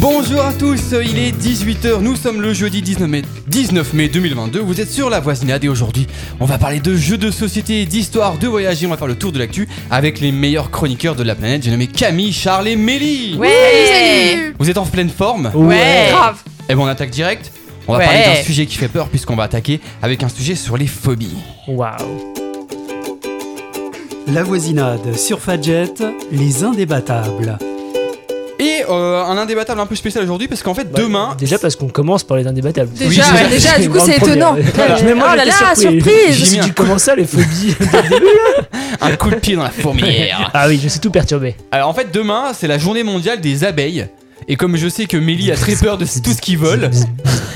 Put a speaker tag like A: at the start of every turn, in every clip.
A: Bonjour à tous, il est 18h, nous sommes le jeudi 19 mai, 19 mai 2022, vous êtes sur la voisinade et aujourd'hui on va parler de jeux de société, d'histoire, de voyage et on va faire le tour de l'actu avec les meilleurs chroniqueurs de la planète, j'ai nommé Camille, Charles et Mélie
B: Ouais
A: Vous êtes en pleine forme
B: Ouais Grave
A: Eh ben on attaque direct on va
B: Ouais.
A: parler d'un sujet qui fait peur puisqu'on va attaquer avec un sujet sur les phobies.
C: Waouh.
D: La voisinade sur Fadjet, les indébattables.
A: Et euh, un indébattable un peu spécial aujourd'hui parce qu'en fait demain...
C: Bah, Déjà parce qu'on commence par les indébattables.
B: Déjà,
A: Oui, déjà,
B: ouais, déjà,
C: une
B: du coup,
C: grande
B: c'est
C: première.
B: étonnant.
C: Voilà.
B: Euh,
C: Même moi,
B: oh là
C: j'étais
B: là,
C: surpris.
B: surprise.
A: J'ai
C: J'ai
A: mis
C: dit,
A: un
C: comment ça, les phobies
A: un coup de pied dans la fourmilière.
C: Ah oui, je suis tout perturbé.
A: Alors en fait demain c'est la journée mondiale des abeilles et comme je sais que Mélie a très peur de tout ce qui vole,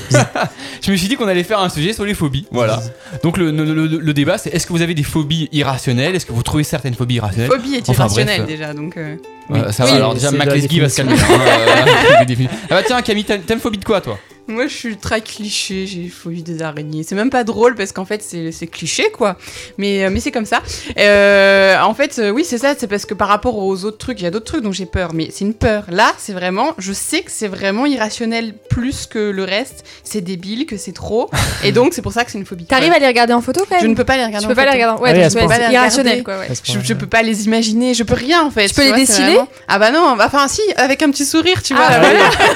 A: je me suis dit qu'on allait faire un sujet sur les phobies. Voilà. Donc le, le- le- le débat c'est est-ce que vous avez des phobies irrationnelles Est-ce que vous trouvez certaines phobies irrationnelles
E: Phobie est
A: Enfin,
E: irrationnelle
A: bref.
E: déjà, donc. euh,
A: Euh, Ça va
C: Oui,
A: alors déjà
C: c'est
A: Mac
C: la
A: Lesguy va se calmer.
C: définition.
A: hein, euh, c'est défini. ah bah tiens Camille t'as- t'aimes phobie de quoi toi
E: Moi, je suis très cliché, j'ai phobie des araignées. C'est même pas drôle parce qu'en fait, c'est c'est cliché, quoi. Mais, euh, mais c'est comme ça. Euh, en fait, euh, oui, c'est ça, c'est parce que par rapport aux autres trucs, il y a d'autres trucs dont j'ai peur, mais c'est une peur. Là, c'est vraiment, je sais que c'est vraiment irrationnel plus que le reste. C'est débile, que c'est trop. Et donc, c'est pour ça que c'est une phobie.
B: T'arrives à les regarder en photo quand même
E: Je ne peux pas les regarder.
B: Tu peux
E: en
B: pas les
E: photo.
B: regarder.
C: Ah oui,
B: Ouais,
C: à
B: donc,
C: ce
B: ouais,
C: point.
B: c'est
E: Ah oui,
B: irrationnel
E: regardez.
B: quoi. ouais.
E: Je, je peux pas les imaginer, je peux rien en fait.
B: Tu peux les
E: vois, c'est
B: dessiner
E: vraiment- Ah bah non, bah, enfin si, avec un petit sourire, tu vois.
B: Ah,
C: Ah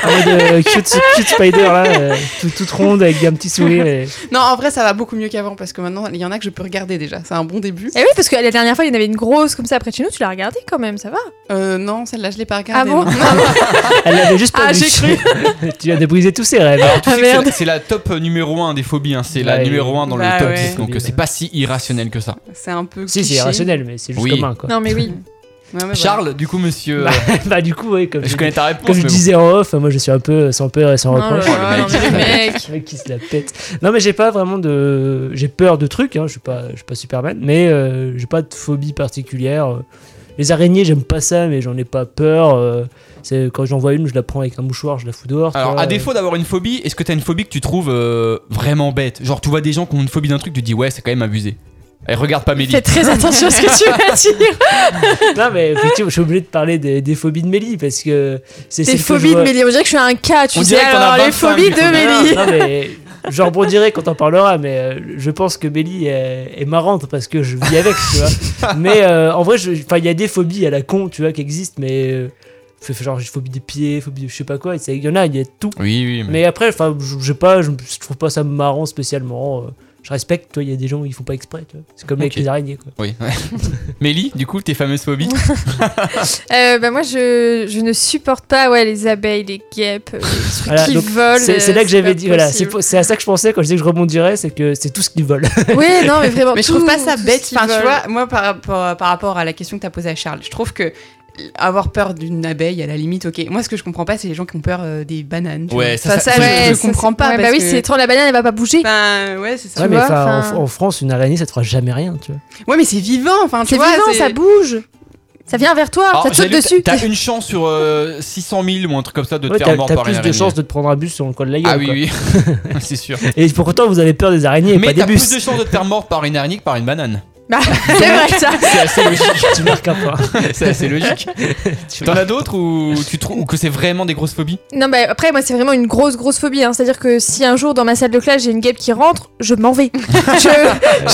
C: ouais, en mode euh, cute, cute spider là, euh, tout- toute ronde avec un petit sourire. et-
E: Non, en vrai, ça va beaucoup mieux qu'avant parce que maintenant, il y en a que je peux regarder déjà. C'est un bon début.
B: Et Eh oui, parce que la dernière fois, il y en avait une grosse comme ça près de chez nous, tu l'as regardée quand même, ça va.
E: Euh, non, celle-là, je l'ai pas
B: Ah
E: regardée.
B: bon
E: non.
C: Elle l'avait juste pas
B: Ah,
C: vu.
B: j'ai cru.
C: tu as débrisé tous ses rêves.
A: Alors, tu
B: Ah,
A: sais que c'est-
B: merde.
A: C'est la top euh, numéro 1 des phobies, hein, c'est la
C: Ouais,
A: numéro 1 dans
E: bah
A: le top
E: ouais.
A: 10, donc euh, c'est pas si irrationnel que ça.
E: C'est un peu.
C: Si, c'est
E: cliché.
C: irrationnel, mais c'est juste
A: Oui.
C: commun quoi.
B: Non mais oui.
E: Ouais, Ah, mais
A: Charles, du coup monsieur,
C: Bah,
A: euh,
C: bah, du coup, ouais, comme
A: je
C: je,
A: connais ta réponse.
C: comme je
A: mais bon.
C: disais en off, moi je suis un peu sans peur et sans
B: Non,
C: reproche.
B: Oh
C: Oh,
B: là, là, non, mais le mec.
C: Le mec qui se la pète. Non, mais j'ai pas vraiment de. J'ai peur de trucs, hein. je, suis pas... je suis pas Superman, mais euh, j'ai pas de phobie particulière. Les araignées, j'aime pas ça, mais j'en ai pas peur. euh, c'est- Quand j'en vois une, je la prends avec un mouchoir, je la fous dehors. tu
A: Alors,
C: vois,
A: à
C: euh.
A: défaut d'avoir une phobie, est-ce que t'as une phobie que tu trouves euh, vraiment bête Genre, tu vois des gens qui ont une phobie d'un truc, tu te dis ouais, c'est quand même abusé. Et regarde pas Mélie.
B: Fais très attention à ce que tu vas dire.
C: Non, mais effectivement, je suis obligé de parler des, des phobies de Mélie, parce que c'est
B: Tes
C: celle que
B: phobies
C: je
B: de
C: vois-
B: Mélie, on dirait que je suis un cas, Ah, tu
A: On
B: sais.
A: dirait que t'en as
B: Alors les
A: 25
B: phobies de
A: micros.
B: Mélie.
C: Non, mais je rebondirai quand on parlera, mais euh, je pense que Mélie est, est marrante parce que je vis avec, tu vois. Mais euh, en vrai, je- enfin, il y a des phobies à la con, tu vois, qui existent, mais euh, fait- fait genre j'ai phobie des pieds, phobie de je sais pas quoi, et c'est- il y en a, il y a tout.
A: Oui, oui, mais.
C: Mais après, enfin, je je sais pas, je, je trouve pas ça marrant spécialement. euh, Je respecte, toi, il y a des gens qui font pas exprès, tu vois. C'est comme avec
A: Ok.
C: les araignées, quoi.
A: Oui. Mélie, du coup, tes fameuses phobies.
B: Euh, bah moi je, je ne supporte pas ouais les abeilles, les guêpes, les trucs
C: Voilà,
B: qui
C: donc,
B: volent.
C: C'est c'est là
B: euh,
C: que j'avais
B: pas
C: dit, voilà, c'est
B: possible.
C: pour- c'est à ça que je pensais quand je disais que je rebondirais, c'est que c'est tout ce qu'ils veulent.
B: Oui, non mais vraiment.
E: Mais je trouve pas
B: tout-
E: ça
B: tout ce
E: bête.
B: qu'ils
E: Enfin, tu
B: veulent.
E: vois, moi, par rapport, euh, par rapport à la question que t'as posée à Charles, je trouve que avoir peur d'une abeille, à la limite, ok. Moi, ce que je comprends pas, c'est les gens qui ont peur euh, des bananes. tu
A: Ouais,
E: vois.
A: ça, ça-
E: je-
A: ouais,
E: je,
B: ça,
E: comprends
B: c'est-
E: pas.
B: ouais, bah
E: parce
B: oui,
E: que-
B: c'est trop la banane, elle va pas bouger.
E: Enfin, ouais, c'est ça.
C: Ouais,
B: Tu
C: mais
B: vois,
C: enfin, en-
B: enfin-
C: en, France, une araignée, ça te fera jamais rien, tu vois.
E: Ouais, mais c'est vivant. Enfin, tu
B: C'est
E: vois,
B: vivant,
E: c'est-
B: ça bouge. Ça vient vers toi, ça
A: Alors,
B: te
A: j'ai
B: saute
A: lu,
B: dessus.
A: T'as une chance sur euh, 600 000 ou un truc comme ça de te
C: Ouais,
A: faire
C: t'as
A: mort
C: t'as
A: par une
C: plus de
A: araignée.
C: chances de te prendre un bus sur le coin de la gueule.
A: Ah oui,
C: quoi.
A: oui, c'est sûr.
C: Et pour autant, vous avez peur des araignées et
A: Mais
C: pas des
A: t'as plus
C: bus.
A: de chances de te faire mort par une araignée que par une banane.
B: Bah, c'est vrai ça.
A: C'est assez logique.
C: tu marques un point.
A: C'est assez logique.
C: Tu
A: T'en
C: marques-
A: as d'autres ou tu trouves ou que c'est vraiment des grosses phobies
B: Non, bah après, moi, c'est vraiment une grosse, grosse phobie. hein. C'est-à-dire que si un jour dans ma salle de classe j'ai une guêpe qui rentre, je m'en vais. je,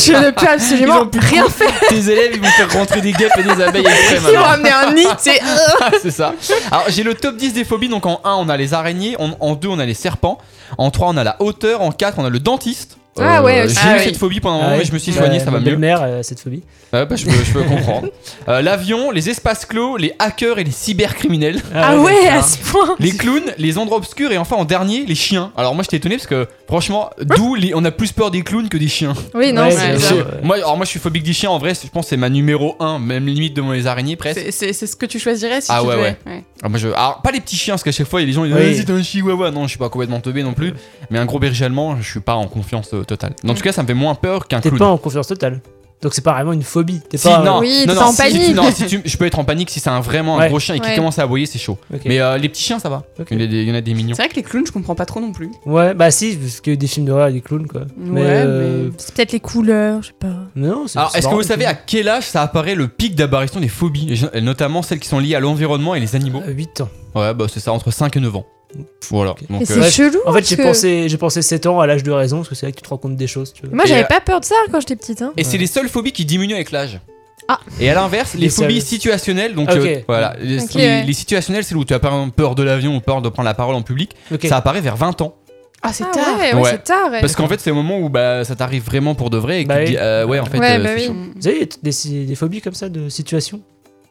B: je ne peux
A: Ils
B: absolument
A: ont plus
B: rien faire.
A: Tes élèves, ils vont faire rentrer des guêpes et des abeilles après
B: Ils vont
A: maintenant.
B: ramener un nid, c'est. euh.
A: Ah, c'est ça. Alors j'ai le top 10 des phobies. Donc en 1 on a les araignées, en- en 2 on a les serpents, en 3 on a la hauteur, en 4 on a le dentiste. Euh,
B: Ah ouais,
A: j'ai
E: ah
A: eu
E: oui.
A: cette phobie pendant un moment,
C: Ah ouais.
A: mais je me suis
C: Bah,
A: soigné, ça va
C: ma
A: mieux.
C: belle-mère, euh, cette phobie.
A: Ah, bah, je, peux, je peux comprendre. Euh, L'avion, les espaces clos, les hackers et les cybercriminels,
B: Ah ouais, à
C: d'accord.
B: ce point.
A: les clowns, les endroits obscurs et enfin en dernier, les chiens. Alors moi j'étais étonné parce que franchement, d'où les- on a plus peur des clowns que des chiens.
B: Oui, non,
C: Ouais,
B: c'est
E: c'est
B: ça.
A: Je-
C: ouais.
A: moi, alors moi je suis phobique des chiens en vrai, je pense que c'est ma numéro 1, même limite devant les araignées presque.
E: c'est- C'est c'est ce que tu choisirais si
A: Ah
E: tu
A: ouais,
E: devais.
A: ouais. Ah, moi, je- Alors, pas les petits chiens, parce qu'à chaque fois, il y a les gens ils disent
C: Oui.
A: Vas-y, t'es un chihuahua. Non, je suis pas complètement teubé non plus. Mais un gros berger allemand, je suis pas en confiance euh, totale. En tout cas, ça me fait moins peur qu'un
C: T'es
A: clown.
C: pas en confiance totale. Donc c'est pas vraiment une phobie. T'es
A: Si,
C: pas. euh,
A: non,
B: Oui, t'es
A: non, non,
B: pas en
A: si,
B: panique.
A: tu- non, si tu- je peux être en panique si c'est un, vraiment un
C: Ouais.
A: gros chien et qu'il
B: Ouais.
A: commence à aboyer, c'est chaud.
C: Ok.
A: Mais euh, les petits chiens, ça va.
C: Ok.
A: Il y, a des- il y en a des mignons.
E: C'est vrai que les clowns, je comprends pas trop non plus.
C: Ouais, bah si, parce qu'il y a eu des films d'horreur avec des clowns, quoi. mais.
E: Ouais,
C: euh,
B: C'est peut-être les couleurs, je sais pas.
C: Non, c'est.
A: Alors,
C: c'est
A: est-ce que
C: marrant,
A: vous savez à quel âge ça apparaît le pic d'apparition des phobies, et je- et notamment celles qui sont liées à l'environnement et les animaux
C: À 8 Euh, ans.
A: Ouais, bah c'est ça, entre 5 et 9 ans. Voilà.
B: Mais
A: Donc,
B: c'est
A: euh,
B: chelou. hein
C: En fait, j'ai
B: parce que-
C: pensé, j'ai pensé 7 ans à l'âge de raison, parce que c'est là que tu te rends compte des choses. Tu vois.
B: Moi,
A: Et,
B: j'avais
A: euh,
B: pas peur de ça quand j'étais petite. Hein.
A: Et c'est les seules phobies qui diminuent avec l'âge.
B: Ah.
A: Et à l'inverse, les
C: Les
A: phobies
C: seules.
A: situationnelles, donc
C: Ok.
A: euh, voilà, les,
B: Ok,
A: les-
B: ouais.
A: les situationnelles, c'est où tu as par exemple peur de l'avion ou peur de prendre la parole en public,
C: Ok.
A: ça apparaît vers 20 ans.
E: Ah, c'est
B: Ah
E: tard.
B: ouais, ouais,
A: Ouais.
B: c'est tard. eh. ouais.
A: Parce qu'en fait, c'est le moment où bah, ça t'arrive vraiment pour de vrai et que
C: Bah
A: tu te
C: oui.
A: dis, euh, ouais, en fait,
B: Ouais,
A: euh,
B: bah
A: c'est
B: oui.
A: chiant.
C: Vous avez des, des- des phobies comme ça de situation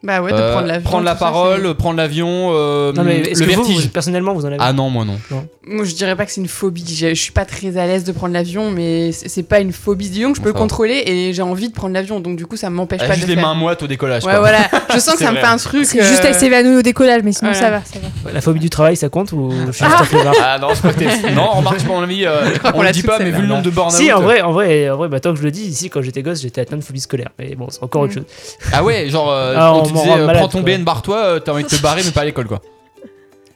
E: Bah ouais, de
A: Euh,
E: prendre l'avion.
A: la
E: tout ça,
A: parole, prendre l'avion, euh,
C: Non, mais
A: le
C: est-ce que vous,
A: vertige.
C: vous, personnellement, vous en avez
A: Ah non, moi non.
B: Bah,
E: c'est- Moi, je dirais pas que c'est une phobie. Je, je suis pas très à l'aise de prendre l'avion, mais c'est c'est pas une phobie. Disons que je peux le
A: Ça va.
E: contrôler et j'ai envie de prendre l'avion, donc du coup, ça m'empêche
A: Ah,
E: pas de
A: juste
E: le
A: les
E: faire.
A: mains moites au décollage.
E: Ouais,
A: quoi.
E: voilà. Je sens que
A: Ah,
E: ça me
A: C'est vrai. hein.
E: fait un truc.
B: C'est juste
E: euh,
B: à s'évanouir au décollage, mais sinon
E: voilà.
B: ça va, ça va.
C: La phobie du travail, ça compte ou je suis juste un clébard
A: Ah non, je crois que t'es- Non, remarque, je mon ami, euh,
E: crois qu'on
A: on le
E: l'a hein.
A: dit
E: toutes,
A: pas, mais
E: celle-là.
A: vu le nombre de bornes euh,
C: Si, en vrai, en vrai, en vrai, bah, tant que je le dis, ici, quand j'étais gosse, j'étais atteint de phobie scolaire. Mais bon, c'est encore autre chose.
A: Ah ouais, genre, euh,
C: Ah,
A: on
C: on
A: te
C: m'en
A: disait,
C: rend
A: euh,
C: malade,
A: prends ton
C: quoi.
A: BN, barre-toi, euh, t'as envie de te barrer, mais pas à l'école, quoi.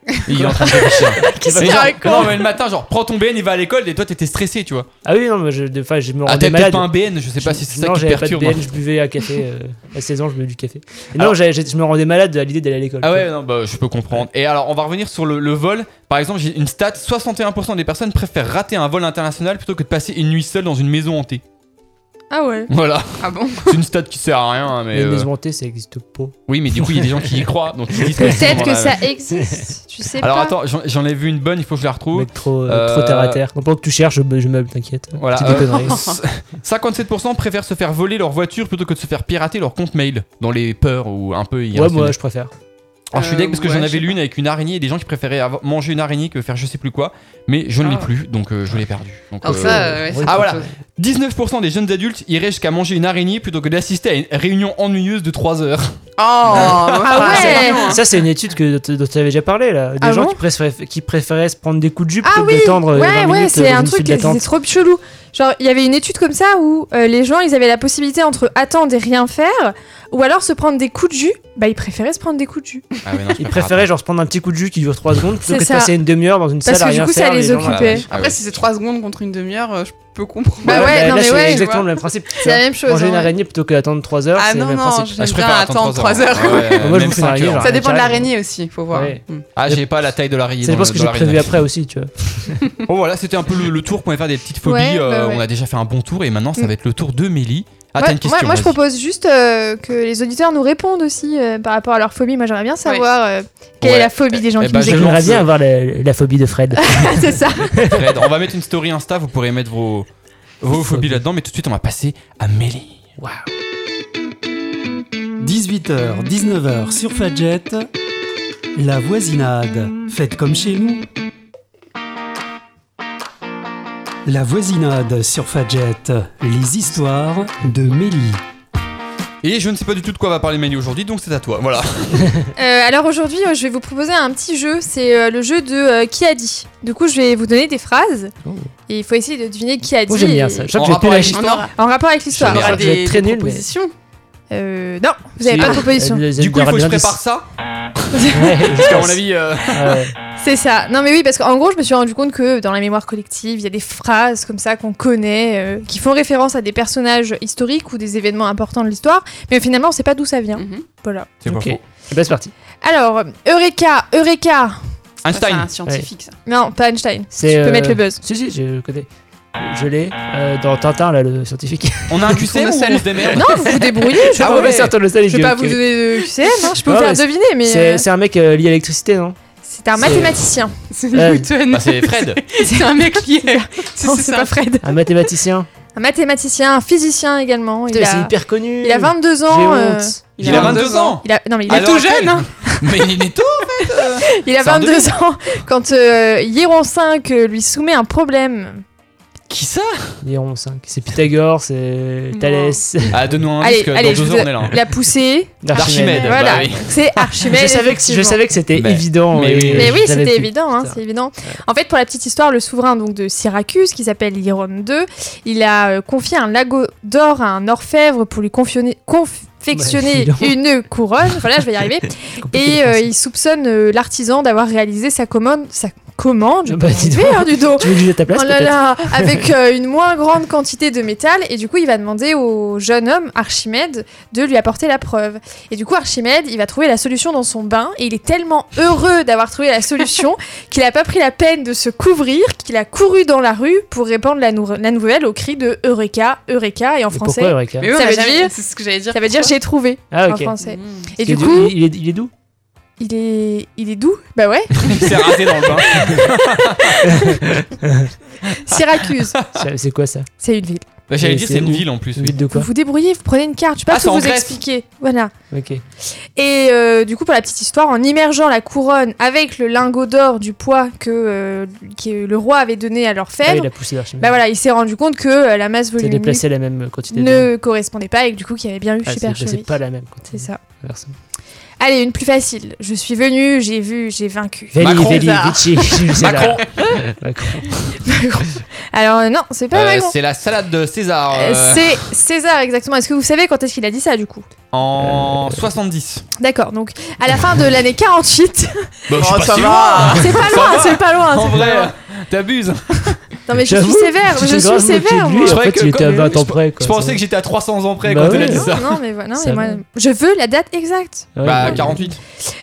A: Et il est en train de réfléchir.
B: Qu'est-ce
A: Mais
B: qu'il
A: genre-
B: raconte
A: Non, mais le matin, genre, prends ton BN et va à l'école, et toi, t'étais stressé, tu vois.
C: Ah oui, non, mais je, de- enfin, je me
A: Ah,
C: rendais
A: t'avais peut-être
C: malade.
A: pas un BN, je sais pas si c'est ça
C: non,
A: qui te
C: j'avais pas de
A: perturbe. hein.
C: BN, je buvais un café. euh, à 16 ans, je buvais du café. Et non,
A: Alors-
C: j'ai- j'ai- je me rendais malade à l'idée d'aller à l'école.
A: Ah ouais, non, bah, je peux comprendre. Et alors, on va revenir sur le, le vol. Par exemple, j'ai une stat 61% des personnes préfèrent rater un vol international plutôt que de passer une nuit seule dans une maison hantée.
B: Ah ouais.
A: Voilà,
E: Ah bon
A: c'est une stat qui sert à rien, hein, mais.
C: Les
A: euh,
C: maisons hantées, ça existe pas.
A: Oui, mais du coup, il y a des gens qui y croient, donc ils disent c'est
B: Peut-être
A: vraiment
B: que
A: la
B: ça existe. Tu sais
A: Alors
B: pas.
A: attends, j'en- j'en ai vu une bonne, il faut que je la retrouve.
C: Mec, trop, euh,
A: Euh,
C: trop terre à terre. Non, pendant que tu cherches, je, me- je meuble, t'inquiète.
A: Voilà,
C: Petite
A: euh,
C: déconnerie.
A: c- 57% préfèrent se faire voler leur voiture plutôt que de se faire pirater leur compte mail dans les peurs ou un peu
C: Ouais,
A: irrationnelles.
C: moi, je préfère.
A: Alors, je suis
E: Euh,
A: deg parce que
E: ouais,
A: j'en
E: je
A: avais
E: sais
A: lu une avec une araignée et des gens qui préféraient avoir- manger une araignée que faire je sais plus quoi, mais je ne l'ai
E: Ah.
A: plus donc euh, je l'ai perdu. Donc,
E: Alors
A: euh,
E: ça, euh, ouais, c'est
A: Ah,
E: autre
A: voilà.
E: chose.
A: 19% des jeunes adultes iraient jusqu'à manger une araignée plutôt que d'assister à une réunion ennuyeuse de 3 heures.
E: Oh Ah
B: ouais.
E: c'est mignon, hein.
C: Ça, c'est une étude que, dont tu avais déjà parlé, là. Des
B: Ah
C: gens
B: bon
C: qui, préféraient, qui préféraient se prendre des coups de jupe
B: Ah
C: plutôt que
B: oui,
C: d'attendre euh, 20
B: ouais, ouais,
C: minutes,
B: c'est
C: euh, dans
B: un
C: une file
B: truc,
C: d'attente.
B: c'est trop chelou. Genre, il y avait une étude comme ça où euh, les gens, ils avaient la possibilité entre attendre et rien faire, ou alors se prendre des coups de jus. Bah, ils préféraient se prendre des coups de jus.
A: Ah ouais, non, je
C: Ils
A: préfère
C: préféraient genre se prendre un petit coup de jus qui dure 3 secondes plutôt
B: C'est
C: que de
B: ça.
C: passer une demi-heure dans une
B: Parce
C: salle à
B: que du
C: rien
B: coup, ça
C: faire,
B: les
C: gens- euh,
B: occupe.
A: attendre. Ah ouais,
B: couper.
A: ah ouais.
E: Après, si c'est 3 secondes contre une demi-heure, euh, je peux comprendre.
B: Bah
C: Ouais,
B: ouais,
C: là,
B: non, mais
C: c'est
B: ouais.
C: exactement le même principe.
B: C'est la même chose.
C: Manger
B: hein,
C: une
B: ouais.
C: araignée plutôt que d'attendre 3 heures,
E: Ah
C: c'est le
E: non,
C: même
E: non,
C: principe.
A: Ah,
E: j'aime
A: je
E: bien
A: préfère
E: attendre 3 heures.
A: Ouais,
C: Moi, je
A: même
C: vous fais
A: cinq
C: un livre.
A: heures.
E: Ça dépend de
C: J'arrive.
E: l'araignée aussi, faut voir.
C: Ouais.
E: Mm.
A: Ah, j'ai pas la taille de l'araignée.
C: Ça
A: dans
C: dépend
A: le-
C: ce que
A: dans
C: j'ai prévu
A: l'araignée.
C: après aussi, tu vois.
A: Bon voilà, c'était un peu le, le tour qu'on va faire des petites phobies.
B: Ouais, bah
A: Euh,
B: ouais.
A: On a déjà fait un bon tour et maintenant ça
B: Mm.
A: va être le tour de Mélie. Ah,
B: moi,
A: t'as une question
B: moi- moi, je
A: vas-y.
B: propose juste euh, que les auditeurs nous répondent aussi euh, par rapport à leur phobie. Moi, j'aimerais bien savoir euh, quelle
A: Ouais.
B: est la phobie des gens
A: Eh
B: qui
A: ben,
B: nous
A: je
B: écoutent.
A: lance-
C: J'aimerais bien avoir la, la phobie de Fred.
B: c'est ça.
A: Fred, on va mettre une story Insta, vous pourrez mettre vos, vos phobies là-dedans, mais tout de suite on va passer à Mélie.
D: 18h, 19h sur Fadjet. La voisinade. Faites comme chez nous. La voisinade sur Fadjet. Les histoires de Mélie.
A: Et je ne sais pas du tout de quoi va parler Mélie aujourd'hui, donc c'est à toi. Voilà.
B: Euh, alors aujourd'hui, euh, je vais vous proposer un petit jeu. C'est euh, le jeu de euh, qui a dit. Du coup, je vais vous donner des phrases
C: Oh.
B: et il faut essayer de deviner qui a dit.
C: Moi j'aime bien
B: et-
C: ça. Je crois
A: En
C: que j'ai
A: rapport
C: plus la
A: avec-
E: On
A: Histoire.
E: aura,
B: On rapport avec l'histoire.
E: on aura
C: Je vais
E: des,
C: être très
E: des
C: nul, mais-
E: propositions.
B: Euh, non, vous avez
A: Si.
B: pas de proposition.
A: Du coup, il faut que je prépare ça. Parce qu'à mon avis, euh,
B: C'est ça. Non, mais oui, parce qu'en gros, je me suis rendu compte que dans la mémoire collective, il y a des phrases comme ça qu'on connaît, euh, qui font référence à des personnages historiques ou des événements importants de l'histoire, mais finalement, on sait pas d'où ça vient.
E: Mhm.
B: Voilà.
A: c'est pas
C: Ok. Eh ben,
A: faux.
C: C'est parti.
B: Alors, Eureka, Eureka.
E: Ça, C'est
A: Einstein.
E: un scientifique, ça.
B: Non, pas Einstein.
C: C'est,
B: Tu peux
C: euh,
B: mettre le buzz.
C: Si, si, je connais. Je l'ai euh, dans Tintin, là, le scientifique.
A: On a un QCM ou
E: Son
A: on se démerde
B: Non, vous vous débrouillez. Je
A: Ah
B: vais
A: ouais,
B: pas-
A: mais
C: attends, le seul
B: je vais pas vous donner de QCM, hein, je peux
C: Non,
B: vous faire
C: mais c'est-
B: deviner, mais euh,
C: C'est c'est un mec euh, lié à l'électricité, non
B: c'est un
C: c'est-
B: mathématicien.
E: C'est
C: Euh,
E: Newton.
A: bah, c'est Fred.
E: c'est un mec lié. C'est
B: Non,
E: c'est
B: c'est
E: ça.
B: pas Fred.
C: Un mathématicien.
B: Un mathématicien, un physicien également. Il
C: Putain, C'est
B: a,
C: hyper connu.
B: il a 22
C: J'ai
B: ans. euh,
C: honte.
A: Il a 22 ans.
B: il a- non, mais il a
E: Il est
A: Alors,
E: tout jeune, hein.
A: Mais il est tout.
B: Il a
A: C'est un
B: 22 ans quand euh, Hieron 5 lui soumet un problème.
A: Qui ça
C: Néron 5. C'est Pythagore, c'est
E: Non.
C: Thalès.
A: Ah, donne-nous un
B: Allez,
A: indice que
B: allez,
A: dans
B: je
A: deux
B: vous-
A: heures on est là. hein.
B: Il a poussé.
A: D'Archimède.
C: D'Archimède.
A: bah
B: voilà,
A: oui.
B: c'est Archimède.
C: Je savais, que, je
B: effectivement.
C: savais que c'était
A: Mais-
C: évident.
A: mais
C: et
A: oui.
B: Mais
C: je
B: oui,
C: l'avais
B: c'était
C: plus.
B: évident, hein,
C: Putain.
B: c'est évident. En fait, pour la petite histoire, le souverain donc de Syracuse, qui s'appelle Hieron II, il a euh, confié un lago d'or à un orfèvre pour lui confionner- confectionner
C: Bah,
B: une couronne. Voilà, je vais y arriver.
C: C'est compliqué,
B: Et
C: le
B: euh,
C: français.
B: il soupçonne euh, l'artisan d'avoir réalisé sa commande, sa comment Je
C: Bah,
B: peux
C: dis
B: y
C: donc.
B: faire du dos.
C: Tu veux que j'ai ta place
B: hein, Oh là
C: peut-être
B: là, avec euh, une moins grande quantité de métal, et du coup, il va demander au jeune homme, Archimède, de lui apporter la preuve. Et du coup, Archimède, il va trouver la solution dans son bain, et il est tellement heureux d'avoir trouvé la solution qu'il n'a pas pris la peine de se couvrir, qu'il a couru dans la rue pour répandre la, nou- la nouvelle au cri de Eureka, Eureka, et en
C: Et
B: français,
C: Pourquoi Eureka
E: Mais oui,
B: Ça
E: on a
B: veut
E: jamais-
B: dire-
E: c'est ce que j'allais dire.
B: ça veut dire j'ai trouvé
C: Ah
B: en
C: ok.
B: français.
E: Mmh.
B: Et
C: Parce que
B: du coup,
C: il est, il est doux.
B: il est, il est doux Bah ouais,
A: Il s'est rasé dans le bain.
B: Syracuse,
C: C'est- C'est quoi ça
B: c'est une ville.
A: Bah, J'allais
C: Et
A: dire,
C: c'est
A: c'est une
C: où
A: ville en plus.
C: Une
A: oui.
C: bite de
B: Vous
C: quoi
B: vous débrouillez, vous prenez une carte, je peux pas
A: Ah, c'est
B: tout
A: en
B: vous
A: Grèce.
B: expliquer. Voilà.
C: Ok.
B: Et euh, du coup, pour la petite histoire, en immergeant la couronne avec le lingot d'or du poids que, euh, que le roi avait donné à leur
C: Ah,
B: fèvre,
C: il a poussé l'archimède.
B: bah voilà, il s'est rendu compte que euh, la masse
C: C'est
B: volumique
C: déplacé la même quantité. de...
B: ne correspondait pas et que du coup, qu'il y avait bien eu
C: Ah, c'est
B: supercherie.
C: déplacé pas la même quantité.
B: C'est ça.
C: Inversement.
B: Allez, une plus facile. Je suis venue, j'ai vu, j'ai vaincu.
C: Veli,
A: Macron.
C: Veli,
E: César.
C: Vici, Jules César.
A: Macron,
C: Macron.
B: Alors euh, non, c'est pas
A: Euh,
B: Macron.
A: c'est la salade de César
B: Euh,
A: euh,
B: C'est César exactement. Est-ce que vous savez quand est-ce qu'il a dit ça du coup
A: en 70.
B: D'accord. Donc à la fin de l'année 48,
A: Bah,
E: Oh, ça
A: si
E: va.
B: c'est pas loin, c'est pas loin.
A: loin. En
B: c'est pas
A: vrai, euh,
B: loin.
A: t'abuses.
B: Non mais je suis
C: J'avoue,
B: sévère, je
C: j'étais grave
B: suis
C: moqué de
B: sévère.
C: lui,
B: moi.
A: Je
C: En
A: croyais
C: fait,
A: que
C: il était à
A: comme-
C: 20 ans près.
A: Je pensais que j'étais à 300 ans près
C: Bah
A: quand il a
C: ouais.
A: dit
B: Non,
A: ça.
B: non, mais voilà,
C: Ça
B: mais moi,
C: va.
B: je veux la date exacte.
A: Bah, 48.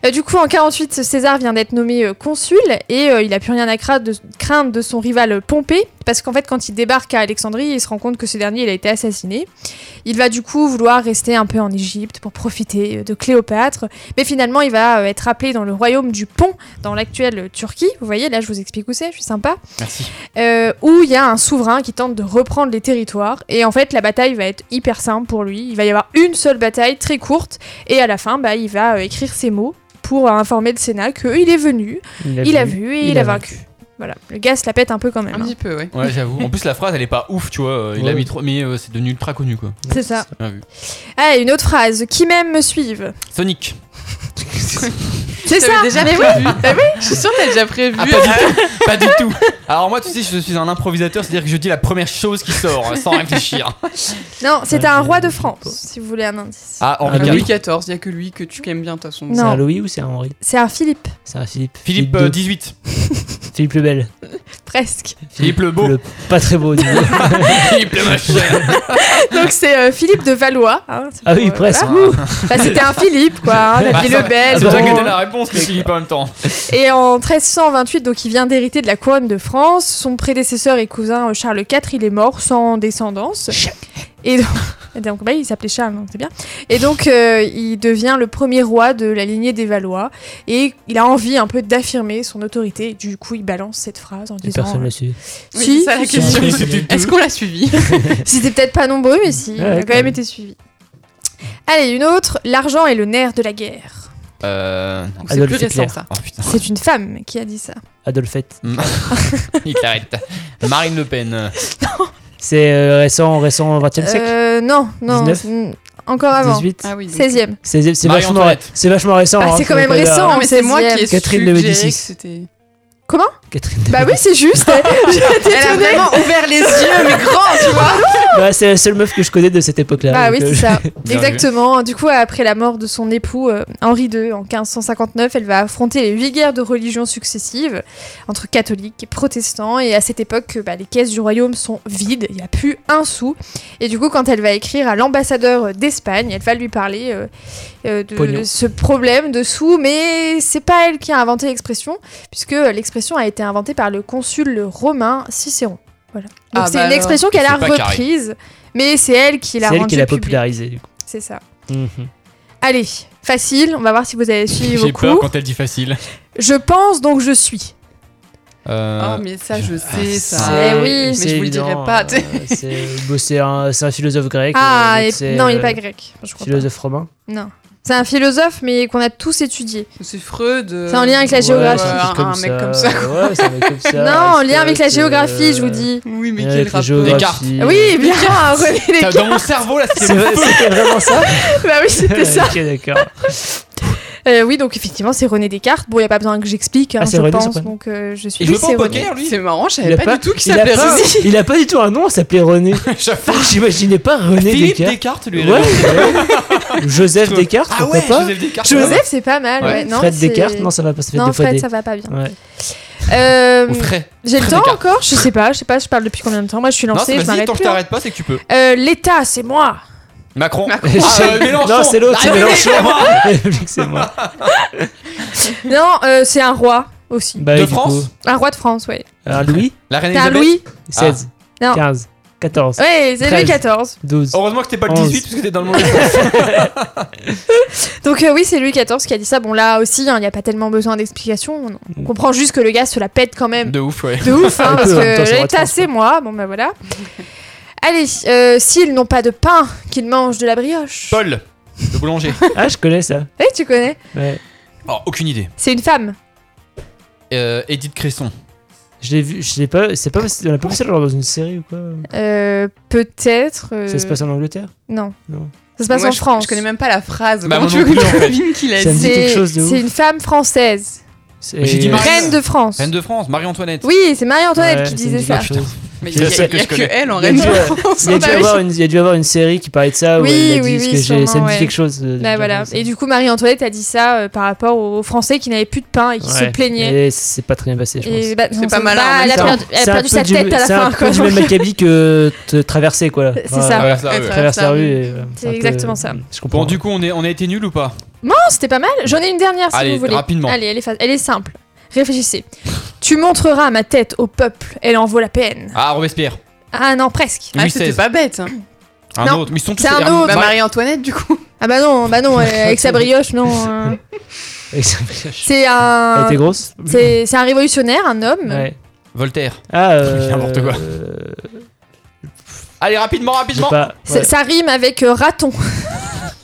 B: Euh, du coup, en 48, César vient d'être nommé euh, consul et euh, il a plus rien à cra- de- craindre de son rival euh, Pompée parce qu'en fait, quand il débarque à Alexandrie, il se rend compte que ce dernier il a été assassiné. Il va du coup vouloir rester un peu en Égypte pour profiter euh, de Cléopâtre, mais finalement, il va euh, être appelé dans le royaume du Pont, dans l'actuelle euh, Turquie. Vous voyez, là, je vous explique où c'est, je suis sympa.
A: Merci.
B: euh, où il y a un souverain qui tente de reprendre les territoires. Et en fait, la bataille va être hyper simple pour lui. Il va y avoir une seule bataille très courte. Et à la fin, bah, il va euh, écrire ses mots pour euh, informer le Sénat qu'il est venu, il a vu et il, a vaincu. Voilà, le gars se la pète un peu quand même.
E: Un
B: hein.
E: petit peu, ouais.
A: Ouais, j'avoue. En plus, la phrase, elle est pas ouf, tu vois. euh, Il a
C: Ouais.
A: mis trop, mais euh, c'est devenu ultra connu, quoi.
B: C'est ça.
A: Bien vu.
B: Allez, une autre phrase. Qui m'aime me suive.
A: Sonic.
B: C'est ça.
E: T'avais déjà
B: mais oui.
E: prévu. Bah oui, je suis sûre que t'as déjà prévu.
A: Ah, pas du tout. Pas du tout. Alors moi, tu sais, je suis un improvisateur, c'est-à-dire que je dis la première chose qui sort, hein, sans réfléchir.
B: Non, c'était
C: Ouais,
B: un
C: je-
B: roi de
C: je-
B: France, si vous voulez un indice.
A: Ah,
E: Ah,
A: Henri
C: Ah,
A: IV.
E: Louis XIV, il y a que lui que tu aimes bien, de toute façon.
C: C'est
B: Non.
C: un Louis ou c'est un Henri
B: C'est un Philippe,
C: C'est un Philippe.
A: Philippe
C: II.
A: euh, 18.
C: Philippe le Bel.
B: presque.
A: Philippe le beau.
C: Le pas très beau. du coup.
A: Philippe le machin.
B: Donc c'est euh, Philippe de Valois. hein, c'est
C: Ah
B: pour,
C: oui,
B: euh,
C: presque.
B: voilà. Enfin, c'était un Philippe, quoi.
E: Ah,
B: hein, la
A: Bah,
B: vie
A: ça-
B: le belle.
A: C'est pour ça
E: Oh.
A: que
C: bon.
A: t'as la réponse, mais Philippe en même temps.
B: Et en 1328, donc il vient d'hériter de la couronne de France. Son prédécesseur et cousin euh, Charles IV, il est mort sans descendance. Et donc, et donc, bah, il s'appelait Charles, donc c'est bien. Et donc euh, il devient le premier roi de la lignée des Valois. Et il a envie un peu d'affirmer son autorité. Et du coup, il balance cette phrase en
C: Et
B: disant
C: personne ne l'a suivi.
B: euh,
E: Oui,
B: Si,
E: c'est ça la
B: si,
E: question.
B: si.
E: Est-ce qu'on l'a suivi
B: C'était peut-être pas nombreux, mais si, il a
C: Ouais,
B: quand
C: quand
B: même
C: même.
B: été suivi. Allez, une autre. L'argent est le nerf de la guerre.
A: Euh.
E: Ou C'est
C: Adolf
E: plus récent,
C: Hitler.
E: ça.
A: Oh putain.
B: C'est une femme qui a dit ça.
C: Adolphette.
A: Mm. Il t'arrête. Marine Le Pen.
C: C'est euh, récent, récent 20 e siècle
B: Euh, non, non.
C: 19?
B: n- Encore avant.
C: 18
E: Ah oui. donc-
B: 16e.
C: C'est c'est
A: Marie
C: vachement,
A: Antoinette.
C: c'est vachement récent.
B: Bah,
C: hein,
B: c'est quand
C: faut
B: même
C: pas dire-
B: récent.
E: Non, mais c'est moi qui ai
B: 16e.
C: Catherine
E: suggéré
C: de Médicis.
E: que c'était.
C: Catherine de-
B: Bah oui, c'est juste. J'étais
E: Elle a
B: étonnée.
E: vraiment ouvert les yeux, mais grand, tu vois.
C: Bah, c'est la seule meuf que je connais de cette époque-là.
B: Bah oui,
C: donc,
B: c'est
C: euh,
B: ça.
A: Bien
B: Exactement. Du coup, après la mort de son époux euh, Henri II en 1559, elle va affronter les huit guerres de religion successives entre catholiques et protestants. Et à cette époque, euh, bah, les caisses du royaume sont vides. Il n'y a plus un sou. Et du coup, quand elle va écrire à l'ambassadeur euh, d'Espagne, elle va lui parler euh, euh, de
C: Pognon.
B: ce problème de sous. Mais c'est pas elle qui a inventé l'expression, puisque euh, l'expression a été inventée par le consul romain Cicéron. Voilà. Donc
E: Ah,
B: c'est
E: bah
B: une
E: alors.
B: expression qu'elle
A: C'est
B: a
A: pas carré.
B: reprise, mais c'est elle qui l'a
C: C'est elle qui
B: rendue
C: l'a
B: publique.
C: popularisée. du coup.
B: C'est ça.
C: Mhm.
B: Allez, facile, on va voir si vous avez suivi vos
A: J'ai peur
B: cours.
A: quand elle dit facile.
B: Je pense donc je suis.
A: Euh,
E: Oh, mais ça, je sais, ça.
C: Ah, C'est-
B: Eh oui, mais
C: c'est
E: je vous le
C: évident,
E: dirai pas, tu sais.
C: euh, C'est bon, c'est un, c'est un philosophe grec.
B: Ah,
C: euh,
B: et-
C: c'est,
B: non, il
C: euh,
B: n'est pas grec. Je crois pas.
C: Philosophe romain.
B: Non. C'est un philosophe, mais qu'on a tous étudié.
E: C'est Freud. euh,
B: C'est en lien avec la
C: Ouais,
B: géographie.
C: c'est
E: un
C: truc
E: Ah, un mec comme ça.
C: Ouais, c'est un mec comme ça.
B: non, en lien avec la
C: Aristote,
B: géographie, je vous
C: euh,
B: dis.
E: Oui, mais
C: lien
E: quel
C: avec la
E: rapport
C: géographie.
B: Oui, bien, René
A: t'as-
B: Descartes.
A: Dans mon cerveau, là,
C: C'est
A: c'était
C: vrai, c'était vraiment ça
B: Bah oui, c'était ça.
C: Ok, d'accord.
B: Euh, oui, donc effectivement, c'est René Descartes. Bon, il n'y a pas besoin que j'explique, hein,
C: Ah, c'est
B: je
C: René,
B: pense.
C: c'est pas-
B: Donc, euh, je suis.
A: Il joue
B: oui,
A: pas
B: c'est
A: au
B: René.
A: poker, lui
E: C'est marrant, je savais pas, du tout qu'il s'appelait
C: il a pas-
E: René.
C: Il a pas du tout un nom, il s'appelait René.
A: J'avoue.
C: J'imaginais pas René
A: Philippe
C: Descartes.
A: Descartes, lui. il
C: Ouais,
A: est-
C: ouais. Joseph Descartes,
A: Ah
C: pourquoi
A: ouais,
C: pas
A: Joseph Descartes.
B: Joseph, c'est pas mal.
A: Ouais.
B: ouais. Non,
C: Fred
B: c'est-
C: Descartes, non, ça va pas, ça fait
B: Non,
C: deux fois
B: Fred,
C: des.
B: ça va pas bien.
C: Ouais.
B: Euh,
A: Au frais.
B: J'ai le
A: Très
B: temps
A: écart.
B: encore Je sais pas, je sais pas, je parle depuis combien de temps. Moi, je suis
A: Non,
B: lancée,
A: c'est
B: je
A: vas-y,
B: m'arrête
A: tant que
B: plus. hein.
A: t'arrêtes pas, c'est que tu peux.
B: Euh, L'État, c'est moi.
A: Macron.
E: Macron.
A: Ah, euh, Mélenchon.
C: non, c'est l'autre, c'est
A: Ah,
C: Mélenchon.
A: c'est moi.
C: c'est moi.
B: Non, euh, c'est un roi aussi.
C: Bah,
A: De
C: du coup,
A: France
B: Un roi de France, ouais.
C: Un Louis
A: La reine
B: T'as un
A: Elisabeth.
B: Louis Ah.
C: 16,
B: Non.
C: 15, 14,
B: Ouais, c'est Louis
C: Treize.
B: XIV.
C: 12.
A: Heureusement que t'es pas le 18
C: Onze.
A: parce que t'es dans le mauvais
B: Donc euh, oui, c'est Louis XIV qui a dit ça. Bon là aussi, hein, il n'y a pas tellement besoin d'explication. On- On comprend juste que le gars se la pète quand même
A: De ouf, ouais.
B: de ouf, hein,
C: Mm. Un
B: parce
C: peu, en même temps,
B: que
C: ça aurait de
B: l'État
C: sens,
B: c'est moi. Bon bah voilà. Allez, euh, s'ils n'ont pas de pain, qu'ils mangent de la brioche.
A: Paul, le boulanger.
C: Ah, je connais ça.
B: Eh, tu connais
C: Ouais.
A: Oh, aucune idée.
B: C'est une femme.
A: Euh, Edith Cresson.
C: Je l'ai vu, je sais pas, c'est pas, on a pas vu ça genre dans une série ou quoi
B: Euh, Peut-être. euh,
C: Ça se passe en Angleterre
B: Non.
C: Non.
B: Ça se passe
E: Moi,
B: en
E: je-
B: France.
E: Je connais même pas la phrase.
A: Bah,
E: Comment
A: moi
E: tu
A: non
E: veux que
A: plus,
E: je
A: en fait.
E: devine qui l'a
C: Ça me
E: dit
C: dit quelque
B: C'est
C: chose de ouf.
B: c'est une femme française.
C: C'est-
A: j'ai dit Marie-
B: Reine de France.
A: Reine de France, Marie-Antoinette.
B: Oui, c'est Marie-Antoinette
C: Ouais,
B: qui
C: ça me
B: disait
C: dit
B: ça.
C: quelque chose.
E: Mais
A: Je
E: il y a,
A: sais que
E: il y a
A: je
E: que
A: connais.
E: elle en
C: Il y a
E: reine de
C: dû-
E: France.
C: Il y, a dû
E: Bah oui.
C: avoir une, il y a dû avoir une série qui parlait de ça. où
B: Oui,
C: Ah elle a dit,
B: oui,
C: parce
B: oui,
C: que j'ai- ça me
B: sûrement,
C: dit
B: ouais.
C: quelque chose. euh,
B: Bah,
C: déjà,
B: voilà.
C: ça.
B: Et du coup, Marie-Antoinette a dit ça euh, par rapport aux aux Français qui n'avaient plus de pain et qui se
C: Ouais.
B: plaignaient.
C: Et c'est pas très bien passé, je pense.
B: Et bah, non,
E: pas malin hein, en même
B: Elle a
E: temps.
B: perdu, elle a
C: C'est un
B: perdu
C: peu
B: sa
C: du-
B: tête à la
C: C'est
B: fin.
C: un
B: quoi.
C: peu du même acabit que te traverser, quoi.
B: C'est ça.
A: Ah ouais, ça, ouais.
E: Être-
C: Traverser la
E: Ça,
C: rue.
E: oui.
C: et, euh,
B: C'est
C: un peu-
B: exactement ça.
C: Je comprends.
A: Bon, du coup, on, est, on a été nuls ou pas
B: Oh, c'était pas mal. J'en ai une dernière si
A: Allez,
B: vous voulez.
A: rapidement.
B: Allez, elle est, fa- elle est simple. Réfléchissez. tu montreras ma tête au peuple, elle en vaut la peine.
A: Ah, Robespierre.
B: Ah non, presque.
E: Ah,
A: Louis
E: c'était
A: XVI.
E: pas bête. hein.
A: Un
B: Non.
A: autre. Mais ils sont tous
B: C'est un
A: Hermine-
B: autre.
E: Bah,
A: Marie-
E: Marie-Antoinette, du coup.
B: Ah bah non, bah non, euh, avec sa brioche, non. euh.
C: Elle
B: C'est un.
C: était grosse
B: C'est c'est un révolutionnaire, un homme.
C: Ouais.
A: Voltaire.
C: Ah, euh.
A: N'importe quoi.
C: euh,
A: Allez, rapidement,
C: j'ai
A: rapidement.
C: pas.
B: Ça-
C: ouais,
B: Ça rime avec euh, raton.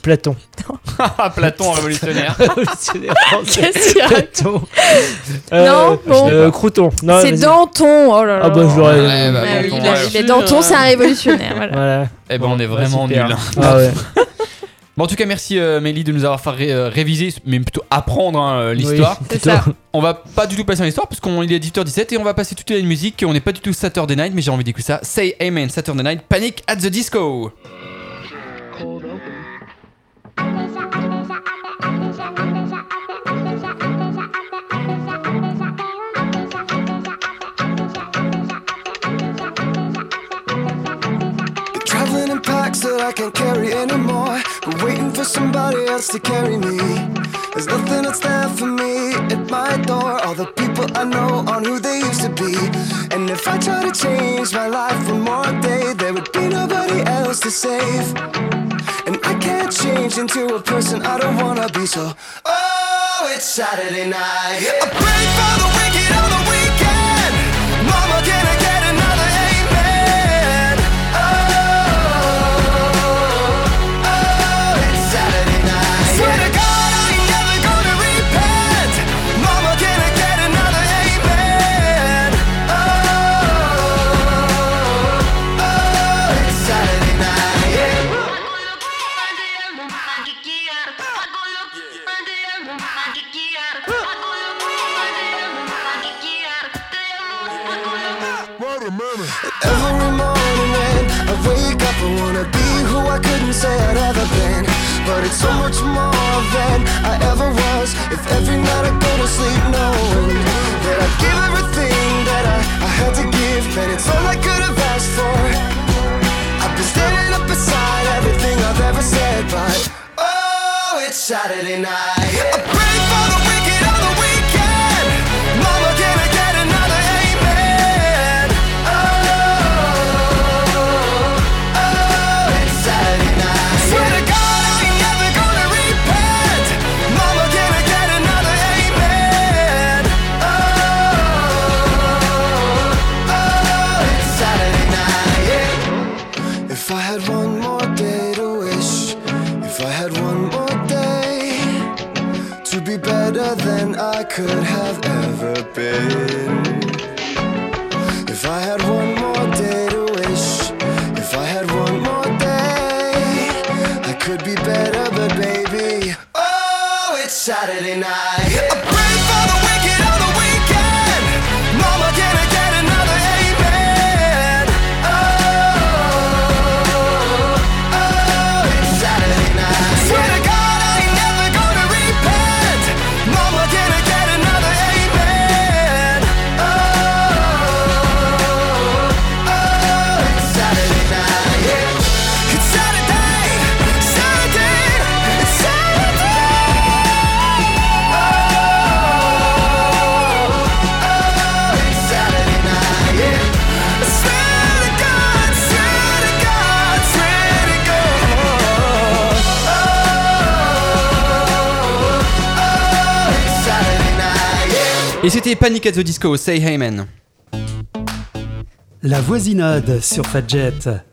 C: Platon.
A: Ah, Platon, révolutionnaire.
B: Qu'est-ce qu'il y a
C: Platon. Euh,
B: Non, bon.
C: euh, Crouton. Non,
B: C'est
C: vas-y.
B: Danton. Oh là là.
C: Ah, bah, je l'aurais.
A: Ouais, bah,
B: Ouais,
A: bon,
B: oui,
A: bon,
B: il a-
A: ouais.
B: il est Danton, c'est un révolutionnaire. voilà. bah,
C: Voilà.
A: Eh ben, on est vraiment
C: super.
A: nuls. hein.
C: Ah ouais.
A: Bon, en tout cas, merci euh, Mélie de nous avoir fait ré- euh, réviser, mais plutôt apprendre hein, euh, l'histoire.
C: Oui,
B: C'est
C: plutôt.
B: ça.
A: On va pas du tout passer en histoire parce qu'on il est 18h17 et on va passer tout de suite à une musique. On n'est pas du tout Saturday Night, mais j'ai envie d'écouter ça. Say Amen Saturday Night, Panic at the Disco.
F: Traveling in packs that I can't carry anymore. But waiting for somebody else to carry me. There's nothing that's there for me at my door. All the people I know aren't who they used to be. And if I try to change my life one more day, there would be nobody else to save. And I can't change into a person I don't wanna be, so Oh, it's Saturday night. I pray for the wicked on the weekend. Mama, can I get another amen? Oh, oh, it's Saturday night. Swear to God, I ain't never gonna repent. Mama, can I get another amen? Oh, oh, it's Saturday night. Every morning when I wake up, I wanna be who I couldn't say I'd ever been. But it's so much more than I ever was. If every night I go to sleep knowing that I give everything that I, I had to give, then it's all I could have asked for. I've been standing up beside everything I've ever said, but oh, it's Saturday night. I pray for the wicked on the weekend. Mama, can I get another amen? Oh, oh, it's Saturday night. Swear to God, I ain't never gonna repent. Mama, can I get another amen? Oh, oh, it's Saturday night. Yeah. If I had one more day to wish, if I had one more day to be better than I could have ever been. If I had one more day to wish, if I had one more day, I could be better, but baby, oh, it's Saturday night. I pray for the wicked on the weekend. Mama, can I get another amen? Oh, oh, it's Saturday night. Swear to God, I ain't never gonna repent. Mama, can I get another amen? Oh,
A: Et c'était Panic at the Disco, Say Hey Man.
D: La voisinade sur Fadjet.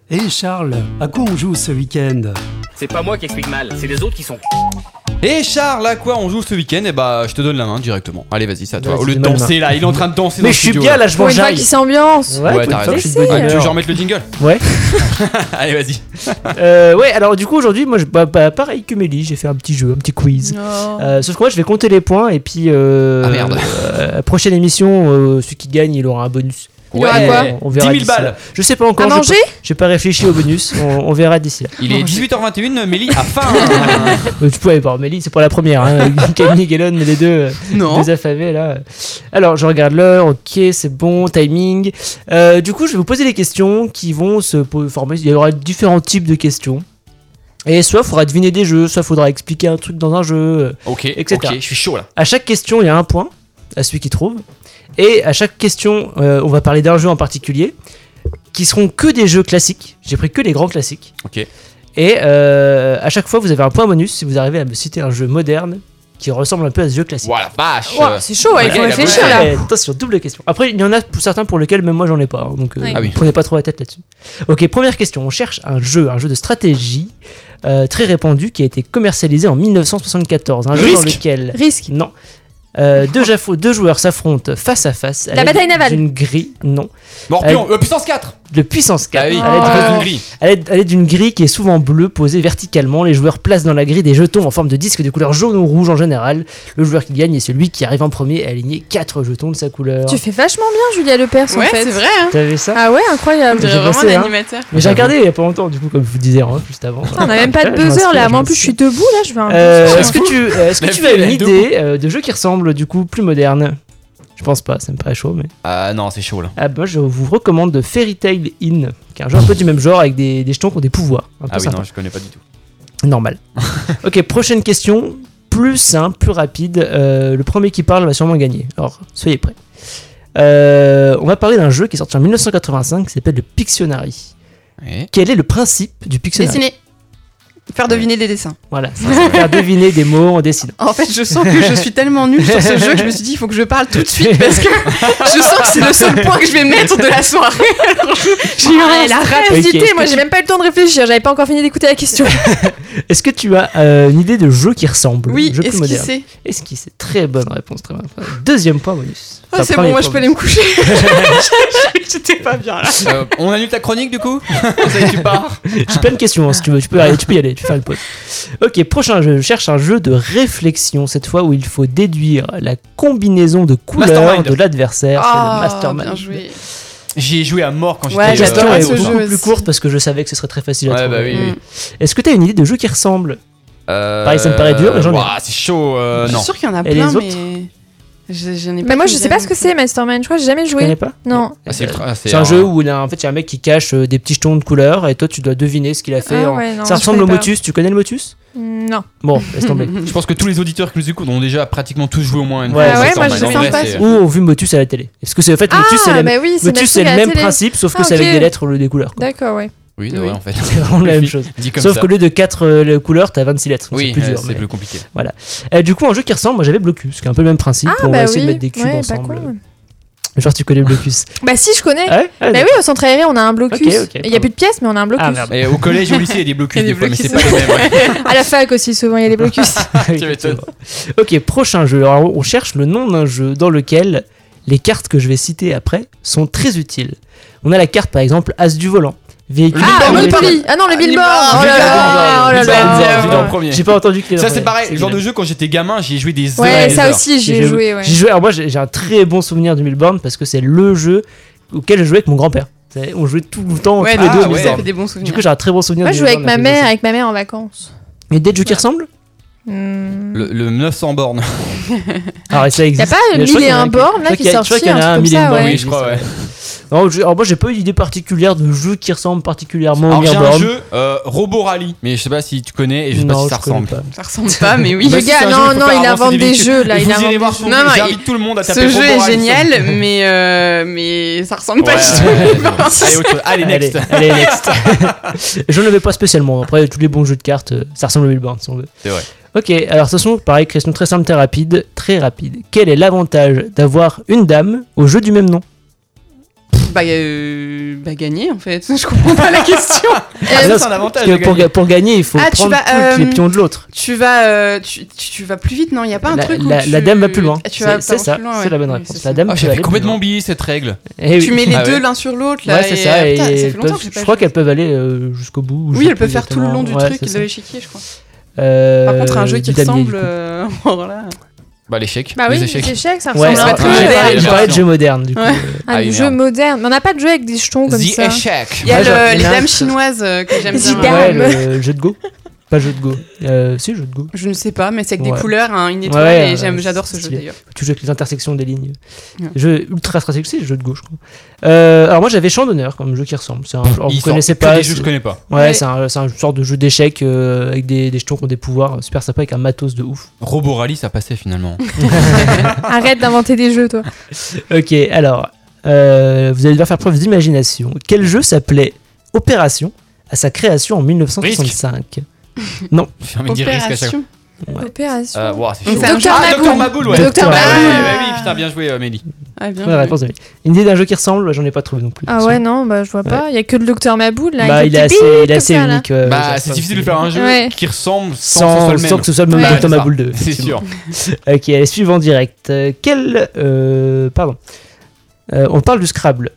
D: Et Charles, à quoi on joue ce week-end
F: C'est pas moi qui explique mal, c'est les autres qui sont.
A: Et Charles, à quoi on joue ce week-end Et bah, je te donne la main directement. Allez, vas-y, c'est à toi.
C: Vas-y,
A: Au lieu de
C: donne-moi.
A: danser là, il est en train de danser dans
C: Mais
A: le
C: je suis
A: studio,
C: bien
A: là.
C: là, je
B: Pour une fois
C: m'enjaille.
B: qui s'ambiance.
A: Ouais,
C: Ouais, faut
A: t'as
C: une fois
A: raison.
C: que je suis de
B: Essaye,
C: bonne
A: Ah, tu veux
C: humeur.
A: que je remette le jingle
C: Ouais.
A: Allez, vas-y.
C: Euh, ouais, alors du coup aujourd'hui, moi, je, bah, bah, pareil que Mélie, j'ai fait un petit jeu, un petit quiz.
B: Oh.
C: Euh, sauf que moi, je vais compter les points et puis. Euh,
A: Ah, merde.
C: euh, prochaine émission, euh, celui qui gagne, il aura un bonus.
B: Il aura
C: Ouais,
B: quoi
C: on verra
A: 10 000
C: d'ici là.
A: balles.
C: Je sais pas encore.
B: À
C: j'ai
B: manger
C: pas- J'ai pas réfléchi au bonus. On, on verra d'ici là.
A: Il est 18h21, Mélie a faim.
C: Euh, tu pouvais voir, Mélie, c'est pas la première. Hein. Camille Gallon, les deux. euh,
E: Non.
C: Deux affamés là. Alors je regarde l'heure, ok, c'est bon, timing. Euh, du coup, je vais vous poser des questions qui vont se po- former. Il y aura différents types de questions. Et soit faudra deviner des jeux, soit faudra expliquer un truc dans un jeu.
A: ok,
C: Etc.
A: ok, je suis chaud là.
C: À chaque question, il y a un point à celui qui trouve. Et à chaque question, euh, on va parler d'un jeu en particulier, qui seront que des jeux classiques. J'ai pris que les grands classiques.
A: Ok.
C: Et euh, à chaque fois, vous avez un point bonus si vous arrivez à me citer un jeu moderne qui ressemble un peu à ce jeu classique.
A: Voilà, vache.
B: Ouah, C'est chaud, ouais, il faut
A: Ouais,
B: réfléchir
A: ouais.
B: là.
C: Eh, attention, double question. Après, il y en a pour certains pour lesquels même moi j'en ai pas. hein, donc euh,
B: Ouais.
A: Ah oui.
C: prenez pas trop la tête là-dessus. Ok, première question. On cherche un jeu, un jeu de stratégie euh, très répandu qui a été commercialisé en 1974. Un jeu dans
A: Risk.
C: lequel.
B: Risque.
C: Non. Euh, deux, jafo- deux joueurs s'affrontent face à face. à
B: La
C: l'aide
B: bataille navale.
C: D'une grille, non.
A: Morpion, euh, puissance 4
C: De puissance 4.
A: Ah oui,
C: à
A: à
C: l'aide-
A: cause
B: Oh.
A: d'une grille.
C: à l'aide à l'aide d'une grille qui est souvent bleue posée verticalement, les joueurs placent dans la grille des jetons en forme de disques de couleur jaune ou rouge en général. Le joueur qui gagne est celui qui arrive en premier à aligner 4 jetons de sa couleur.
B: Tu fais vachement bien, Julia Lepers en
E: Ouais,
B: fait.
E: c'est vrai, hein.
C: T'avais ça
B: Ah ouais,
E: On
B: incroyable.
E: dirait vraiment
C: pensé,
E: un
C: hein.
E: animateur.
C: Mais j'ai regardé il y a pas longtemps, du coup, comme je vous disais hein, juste avant.
B: Putain, On a même pas de
C: Je m'en
B: buzzer
C: souviens,
B: là.
C: je
B: Moi
C: m'en
B: en plus, je suis debout là. Je vais un
C: Euh,
B: peu-
C: Est-ce que tu, euh, est-ce que
A: La
C: tu
A: fille,
C: as une
A: elle est debout.
C: idée euh, de jeu qui ressemble du coup plus moderne Je pense pas, ça me paraît chaud, mais.
A: Ah non, c'est chaud là.
C: Ah bah, je vous recommande Fairy Tail Inn, qui est un jeu un peu du même genre avec des, des jetons qui ont des pouvoirs. Un peu
A: Ah oui,
C: sympa.
A: non, je connais pas du tout.
C: Normal. ok, prochaine question. Plus simple, plus rapide. Euh, le premier qui parle va sûrement gagner. Alors, soyez prêts. Euh, on va parler d'un jeu qui est sorti en 1985 qui s'appelle le Pictionary.
A: Ouais.
C: Quel est le principe du Pictionary
E: Dessiner. Faire deviner des dessins.
C: Voilà, ça, c'est faire deviner des mots en dessinant.
E: En fait, je sens que je suis tellement nulle sur ce jeu que je me suis dit, il faut que je parle tout de suite parce que je sens que c'est le seul point que je vais mettre de la soirée. Alors, je- J'ai eu
B: Ah,
E: un
B: la
E: stress.
B: rapidité,
C: Ok.
B: moi j'ai même pas eu le temps de réfléchir, j'avais pas encore fini d'écouter la question.
C: Est-ce que tu as euh, une idée de jeu qui ressemble
E: Oui,
C: jeu plus
E: est-ce qu'il
C: moderne
E: sait
C: Est-ce qu'il c'est Très bonne réponse, très bonne réponse. Deuxième point bonus.
E: Ah,
C: Enfin,
E: C'est
C: premier
E: bon, moi
C: point
E: je peux aller
C: bonus.
E: me coucher. J'étais pas bien là.
A: Euh, on annule ta chronique du coup Ça y est, tu pars
C: J'ai plein de questions hein, si tu veux. Tu peux, aller, tu peux y aller, tu peux faire une pause. Ok, prochain jeu. Je cherche un jeu de réflexion, cette fois où il faut déduire la combinaison de couleurs
A: Mastermind.
C: de l'adversaire.
E: Ah,
C: c'est le
E: bien
C: Mastermind.
E: joué.
A: J'y ai joué à mort quand j'étais
E: Ouais,
C: La
A: euh,
E: j'adore
C: question
E: Ah,
C: est
E: ce
C: beaucoup
E: jeu
C: plus
E: aussi.
C: courte parce que je savais que ce serait très facile à
A: Ouais,
C: trouver. Mm.
A: bah oui, oui.
C: Est-ce que tu as une idée de jeu qui ressemble
A: Euh,
C: Pareil, ça me paraît dur, mais j'en ai-
A: ouah, c'est chaud, euh,
E: Je
A: non.
E: suis sûr qu'il y en a
C: Et
E: plein,
C: les autres
E: mais. je- J'en ai pas.
B: Mais moi je
E: qu'une
B: sais pas ce que
E: idée.
B: c'est Mastermind, je crois que j'ai jamais
C: Tu connais
B: joué.
C: pas
B: Non.
A: Ah, c'est ultra- ah,
C: C'est un, jeu où il y a, en fait, il y a un mec qui cache euh, des petits jetons de couleur et toi tu dois deviner ce qu'il a fait.
B: Ah
C: en-
B: ouais, non,
C: ça
B: je
C: ressemble au
B: connais pas.
C: Motus. Tu connais le Motus
B: Non.
C: Bon, laisse tomber.
A: Je pense que tous les auditeurs qui nous écoutent ont déjà pratiquement tous joué au moins une
C: Ouais,
A: fois.
C: ouais,
A: ensemble.
C: moi, je
A: Bah, En
C: sais
A: vrai,
B: pas.
A: c'est-
C: Ou on vu Motus à la télé. Parce que c'est en fait Motus, c'est
B: ah,
C: la-
B: bah oui, c'est
C: Motus, c'est le
B: Netflix à la
C: même
B: télé.
C: principe, sauf que
B: Ah,
C: c'est avec
B: ok.
C: des lettres au lieu des couleurs. quoi.
B: D'accord, ouais.
A: Oui, c'est vrai
C: Oui.
A: en fait.
C: C'est vraiment la même chose.
A: Dit comme
C: Sauf
A: ça.
C: qu'au lieu de 4 couleurs, t'as 26 lettres. donc
A: Oui,
C: c'est plus
A: euh,
C: dur.
A: c'est
C: mais-
A: plus compliqué.
C: Euh, du coup, un jeu qui ressemble, moi j'avais Blocus, qui est un peu le même principe.
B: Ah
C: on va
B: bah oui.
C: essayer de mettre des cubes
B: Ouais, pas
C: ensemble. euh.
B: con, ouais.
C: Genre, tu connais Blocus.
B: Bah si, je connais.
C: ah ouais Ah,
B: Bah oui, au centre aéré, on a un blocus.
C: Ok, ok,
B: il y a
C: pardon.
B: plus de pièces, mais on a un blocus.
C: Ah, merde.
A: Et au collège et au lycée, il y a des
E: Il y
A: blocus
E: a des
A: des fois, mais c'est pas
E: blocus,
A: les mêmes. ouais.
B: À la fac aussi, souvent, il y a des blocus.
C: Ah,
A: Tu m'étonnes.
C: ok, prochain jeu. Alors, on cherche le nom d'un jeu dans lequel les cartes que je vais citer après sont très utiles. On a la carte, par exemple, As du volant. Véhicule
B: ah,
C: pour les-
B: Monopoly Ah non, le billboard
E: Billboard.
B: Oh là là Oh là
A: Billboard.
B: là
A: Billboard. dans le premier.
C: J'ai pas entendu qu'il est
A: Ça,
C: dans
A: c'est
C: le-
A: pareil. Le genre de
C: évident.
A: jeu, quand j'étais gamin, j'y ai joué des heures et
B: Ouais,
A: des
B: ça
A: heures.
B: aussi, j'y ai
C: J'ai
B: joué, ouais.
C: J'y jouais. Alors moi, j'ai j'ai un très bon souvenir du Milborn parce que c'est le jeu auquel je jouais avec mon grand-père. Vous savez, On jouait tout le temps
E: Ouais,
C: tous
E: les
C: les
A: ah,
C: deux.
E: deux,
C: au
E: mais ça
A: ouais.
C: Milborn.
E: fait des bons
C: Du
E: souvenirs.
C: coup, j'ai un très bon souvenir.
B: Moi,
C: du
B: je jouais avec
C: Milborn
B: ma
C: à cause de
B: mère,
C: ça.
B: avec ma mère en vacances.
C: Et des jeux qui ressemblent
B: Hmm.
A: Le, le 900 bornes.
C: Alors, ça
B: Y a
C: existe.
B: pas
C: mais je crois
B: mille et
C: qu'il y en a
B: un
C: un-
B: bornes
C: je
B: là
C: crois
B: qui
C: qu'il y a-
B: est
C: je crois
B: sorti
C: qu'il y en a
B: un
C: un
B: truc
C: mille et
B: comme
C: un
B: ça,
C: bornes,
B: ouais.
A: oui, je crois, ouais.
C: Non, je- alors moi, j'ai pas eu d'idée particulière de jeu qui ressemble particulièrement au
A: Alors, j'ai un
C: Milborn.
A: jeu, euh, Robo Rally, mais je sais pas si tu connais et je sais pas
C: Non,
A: si ça
C: je connais
A: ressemble.
C: pas.
E: Ça ressemble pas, mais oui.
A: Bah,
B: Le
A: si
B: gars,
A: c'est un jeu,
B: non,
A: faut
B: non,
A: faire
B: il
A: avancer
B: invente
A: des
B: des
A: véhicules.
B: jeux, là.
A: Et
B: Il
A: vous irez
B: invente
A: voir
B: des
A: sur
B: jeux.
A: le
E: Non, non,
A: j'invite tout le monde à taper
E: Ce jeu
A: Robo
E: est
A: Rally.
E: génial, mais, euh, mais ça ressemble
A: Ouais,
E: pas du tout.
A: ouais, ouais. Allez, autre chose. Allez, next.
C: Allez, allez, next. je ne l'avais pas spécialement. Après, tous les bons jeux de cartes, euh, ça ressemble au Milborn, si on veut.
A: C'est vrai.
C: Ok, alors ce sont, pareil, question très simple, très rapide, très rapide. Quel est l'avantage d'avoir une dame au jeu du même nom
E: Bah, euh, bah gagner en fait. Je comprends pas la question.
B: Euh,
C: non,
A: Ah, c'est un avantage.
C: Ah, Parce que
A: de
C: pour,
A: gagner.
C: ga- pour gagner, il faut
E: Ah, tu
C: prendre
E: vas,
C: toutes
E: euh,
C: les pions de l'autre.
E: Tu vas, euh, tu, tu- tu vas plus vite, non Il y a pas un
C: la,
E: truc où
C: la-
E: tu-
C: la dame va plus loin.
E: Tu vas
C: C'est- C'est
E: pas
C: ça,
E: plus loin,
C: c'est
E: ouais.
C: la bonne
E: Oui,
C: réponse.
E: c'est
C: La dame
A: Ah,
C: peut
A: j'avais
C: aller plus
A: complètement
C: loin.
A: oublié cette règle.
C: Eh oui.
E: Tu mets les
A: Ah
E: deux
A: ouais.
E: l'un sur l'autre là.
C: Ouais, c'est
E: et-
C: ça.
E: ah,
C: et
E: putain, ça fait
C: elles
E: longtemps
C: peuvent-
E: que j'ai pas
C: je crois
E: joué.
C: qu'elles peuvent aller euh, jusqu'au bout. je
E: Oui,
C: sais
E: elles peuvent
C: plus
E: faire tout le long
C: exactement.
E: du
C: Ouais,
E: truc
C: c'est
E: de
C: ça.
E: l'échiquier, je crois.
C: Euh,
E: Par contre, un jeu qui
C: du damier,
E: ressemble.
C: du coup.
E: euh, voilà.
A: Bah, l'échec.
B: Bah oui,
A: les
B: les
A: échecs.
B: échecs, ça
C: Ouais,
B: ressemble
E: c'est
B: un
E: pas
B: peu
E: très
B: à
E: génial.
C: je parlais de
A: version.
C: jeu moderne. Du coup.
E: Ouais.
A: Ah,
B: un
A: oui,
B: jeu
A: merde.
B: moderne. Mais on n'a pas de jeu avec des jetons comme
A: The
B: ça.
A: échec.
E: Il y a
C: Ouais,
E: le-
C: genre,
E: les
C: là,
E: dames
C: c'est-
E: chinoises euh, que j'aime
B: Les
E: bien.
B: dames.
C: Ouais, le jeu de go. Pas jeu de go. Euh, si, jeu de go.
E: Je ne sais pas, mais c'est avec
C: Ouais.
E: des couleurs, hein, une étoile,
C: Ouais,
E: et
C: euh,
E: j'aime- j'adore ce jeu
C: stylé.
E: d'ailleurs.
C: Tu joues avec les intersections des lignes.
E: Ouais.
C: Jeu ultra stratégique, c'est jeu de go, je crois. Euh, alors, moi, j'avais Champ d'honneur comme jeu qui ressemble. C'est un, alors, vous
A: Il sort
C: connaissez
A: que
C: pas.
A: des jeux que
C: c'est-
A: je connais pas.
C: Ouais, c'est un, c'est un sorte de jeu d'échecs euh, avec des, des jetons qui ont des pouvoirs euh, super sympa avec un matos de ouf.
A: Robo Rally, ça passait finalement.
B: Arrête d'inventer des jeux, toi.
C: Ok, alors, euh, vous allez devoir faire preuve d'imagination. Quel jeu s'appelait Opération à sa création en 1965
A: J'ai envie de dire risque à chaque fois.
E: Opération.
B: Opération.
A: Euh, wow, c'est
E: Donc,
A: chaud.
E: c'est un
B: Docteur Maboul.
A: Ah, Docteur Maboul, ouais.
B: Docteur
A: Ah, ouais,
B: Maboul.
A: ouais, ouais, oui, putain, bien joué, euh, Amélie.
E: Ah, bien.
C: Ouais,
E: joué.
C: réponse de Amélie. Une idée d'un jeu qui ressemble J'en ai pas trouvé non plus.
B: Ah ouais, non, bah je vois pas. Il y a que le docteur Maboul là.
C: bah,
B: avec
C: il
B: le
C: est
B: petit
C: assez, il est
B: bip,
C: assez
B: comme ça, là.
C: unique. euh,
A: Bah,
C: j'ai-
A: c'est difficile de faire un jeu
B: Ouais.
A: qui ressemble sans,
C: sans,
A: que ce soit le
C: sans
A: même.
C: que ce soit le même
B: Ouais.
C: que
A: Bah,
C: Thomas
A: ça,
C: Boule 2.
A: C'est sûr.
C: Ok, allez, suivant en direct. Euh, quel. euh, pardon. Euh, on parle du Scrabble.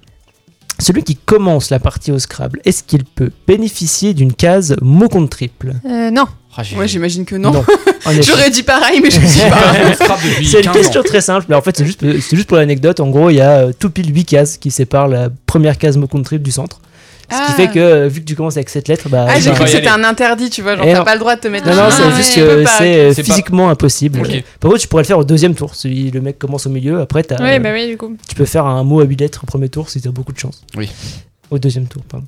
C: Celui qui commence la partie au Scrabble, est-ce qu'il peut bénéficier d'une case mot contre triple
B: Euh, non.
A: Ah, j'ai-
E: Ouais, j'imagine que non.
C: En effet.
E: J'aurais dit pareil, mais je me suis
A: Bah,
E: pas.
A: on scrape depuis
C: C'est une
A: 15
C: question
A: ans.
C: très simple, mais en fait c'est juste, c'est juste pour l'anecdote. En gros, il y a euh, tout pile 8 cases qui séparent la première case mot contre triple du centre. Ce qui
E: Ah.
C: fait que euh, vu que tu commences avec cette lettre, bah.
E: Ah, j'ai
C: bah,
E: cru que
A: y
E: c'était
A: aller.
E: un interdit, tu vois. Genre,
C: Eh
E: t'as
C: non.
E: pas le droit de te mettre.
C: Non, non,
E: Ah,
C: c'est
E: ouais.
C: juste
E: Tu peux
C: que
E: pas.
C: c'est euh,
A: C'est pas-
C: physiquement impossible.
A: Ok.
C: Par contre, tu pourrais le faire au deuxième tour. Si le mec commence au milieu, après, t'as, euh,
B: Ouais, bah oui, du coup.
C: tu peux faire un mot à 8 lettres au premier tour si t'as beaucoup de chance.
A: Oui.
C: Au deuxième tour, pardon.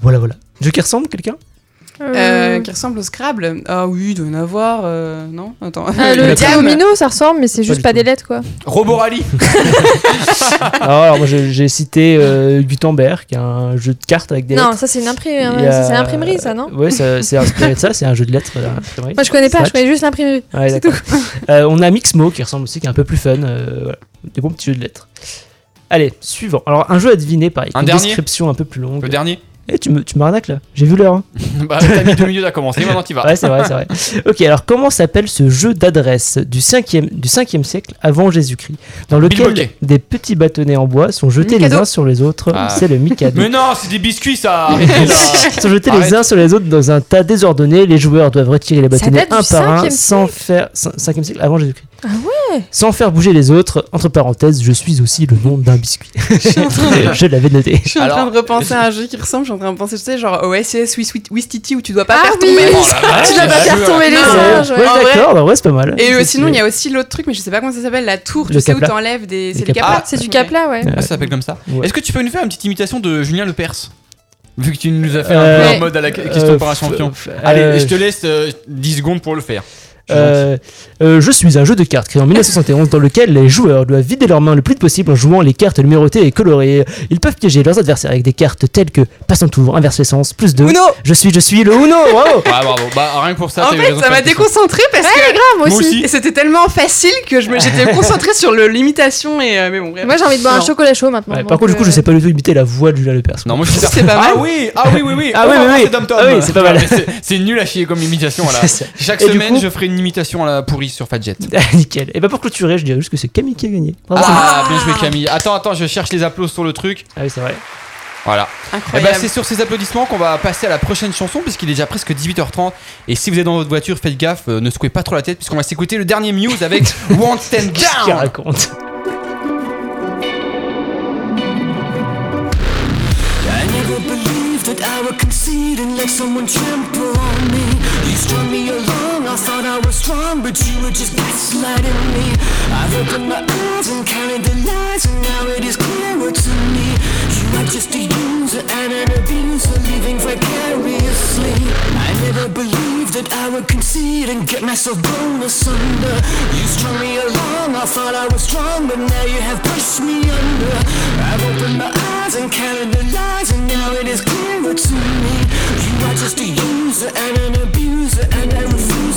C: Voilà, voilà. Jeu qui ressemble, quelqu'un
E: Euh, qui ressemble au Scrabble. Ah oui, il doit y en avoir. euh, non, attends.
B: Ah,
C: Le
B: le
E: Dame.
B: domino, ça ressemble, mais c'est juste
C: du
B: pas
C: tout.
B: des lettres, quoi.
A: Robo Rally.
C: Ah, alors, alors, moi, j'ai, j'ai cité euh, Gutenberg, qui est un jeu de cartes avec des
B: Non,
C: lettres.
B: ça c'est une imprimerie,
C: Il y a-
B: c'est l'imprimerie, ça, non
C: Ouais, ça- c'est inspiré de ça, c'est un jeu de lettres. euh, imprimerie.
B: Moi je connais pas,
C: Slack.
B: je connais juste l'imprimerie.
C: Ouais,
B: C'est
C: d'accord. Euh, on a Mixmo qui ressemble aussi, qui est un peu plus fun. euh, voilà. Des bons petits jeux de lettres. Allez, suivant. Alors, un jeu à deviner, pareil.
A: Un
C: une
A: dernier
C: description un peu plus longue.
A: Le dernier.
C: Eh, tu me- tu m'arnaques là J'ai vu l'heure. hein.
A: Bah, t'as mis deux minutes à commencer, maintenant t'y vas.
C: Ouais, c'est vrai, c'est vrai. Ok, alors comment s'appelle ce jeu d'adresse du 5e, du 5e siècle avant Jésus-Christ Dans lequel
A: Bilboquet.
C: des petits bâtonnets en bois sont jetés les
E: Mikado.
C: uns sur les autres.
A: Ah.
C: C'est le Mikado.
A: Mais non, c'est des biscuits, ça. Arrêtez là.
C: Ils sont jetés les
A: Arrête.
C: uns sur les autres dans un tas désordonné. Les joueurs doivent retirer les
B: Ça
C: bâtonnets
B: date du
C: un par un
B: 5e
C: sans faire. 5e siècle avant Jésus-Christ.
B: Ah
C: ouais Sans faire bouger les autres. Entre parenthèses, je suis aussi le nom d'un biscuit. je l'avais noté.
E: Je suis en
A: Alors,
E: train de repenser à un jeu qui ressemble. Je suis en train de penser, tu sais, genre au SES Wistiti où tu dois pas
B: Ah
E: faire
B: oui.
E: tomber.
A: Oh la vache,
B: tu dois pas
A: bien
B: faire
A: joué.
B: tomber les
E: Non.
B: singes.
C: ouais,
B: ouais.
E: en vrai.
C: d'accord, bah ouais, c'est pas mal.
E: Et euh, sinon, il y a aussi l'autre truc, mais je sais pas comment ça s'appelle, la tour,
C: Le
E: tu sais, où
C: Capla.
E: t'enlèves des. C'est
C: Le
E: le
C: Capla.
E: Capla.
B: Ah, c'est du capla, ouais.
A: Ah, ça s'appelle comme ça.
C: Ouais.
A: Est-ce que tu peux nous faire une petite imitation de Julien Lepers Vu que tu nous as fait un
C: Euh,
A: peu
B: ouais.
A: en mode à la question par un champion. Allez, je te laisse euh, 10 secondes pour le faire. Je suis gentil.
C: Euh, euh, je suis un jeu de cartes créé en 1971 dans lequel les joueurs doivent vider leurs mains le plus possible en jouant les cartes numérotées et colorées. Ils peuvent piéger leurs adversaires avec des cartes telles que passant tour, inverse essence, plus 2.
E: Uno
C: Je suis, je suis le Uno. Bravo.
A: Ah, bravo. Bah, rien que pour ça,
E: En
A: t'as eu
E: fait,
A: raison de
E: ça
A: faire
E: m'a
A: la question.
E: déconcentré parce que.
B: Ah, moi
A: Moi
B: aussi.
A: aussi.
E: Et c'était tellement facile que je me- j'étais concentrée sur le- l'imitation et. euh, Mais bon, bref.
B: Moi j'ai envie de boire un
E: Non.
B: chocolat chaud maintenant.
C: Ouais,
B: donc,
C: Ah, par contre, du coup,
B: euh,
C: je sais pas du tout imiter la voix de Julien Lepers.
A: Non, moi je suis
E: C'est pas mal.
A: Ah oui, ah oui, oui, oui.
C: Ah oui,
A: Oh,
C: oui, oui.
A: C'est Dom Tom.
C: Ah oui, c'est pas mal.
A: Mais c'est- C'est nul à chier comme imitation là.
C: C'est ça.
A: Chaque
C: Et du
A: semaine,
C: coup-
A: je ferai une imitation à la pourrie sur Fadjet.
C: Nickel. Et bah pour clôturer, je dirais juste que c'est Camille qui a gagné. Bravo, Camille.
A: Ah, bien joué Camille. Attends, attends, je cherche les applaudissements sur le truc.
C: Ah oui, c'est vrai.
A: Voilà. Et
E: Incroyable.
A: c'est sur ces applaudissements qu'on va passer à la prochaine chanson puisqu'il est déjà presque 18h30 et si vous êtes dans votre voiture, faites gaffe, euh, ne secouez pas trop la tête puisqu'on va s'écouter le dernier Muse avec Won't Stand
C: Qu'est-ce qu'il
A: Down.
C: raconte
G: I never believed that I would concede and let someone trample on me. You strung me along, I thought I was strong, but you were just gaslighting me. I've opened my eyes and counted the lies, and now it is clearer to me. You are just a user and an abuser, living vicariously. I never believed that I would concede and get myself blown asunder. You strung me along, I thought I was strong, but now you have pushed me under. I've opened my eyes and counted the lies, and now it is clearer to me. You are just a user and an abuser, and I refuse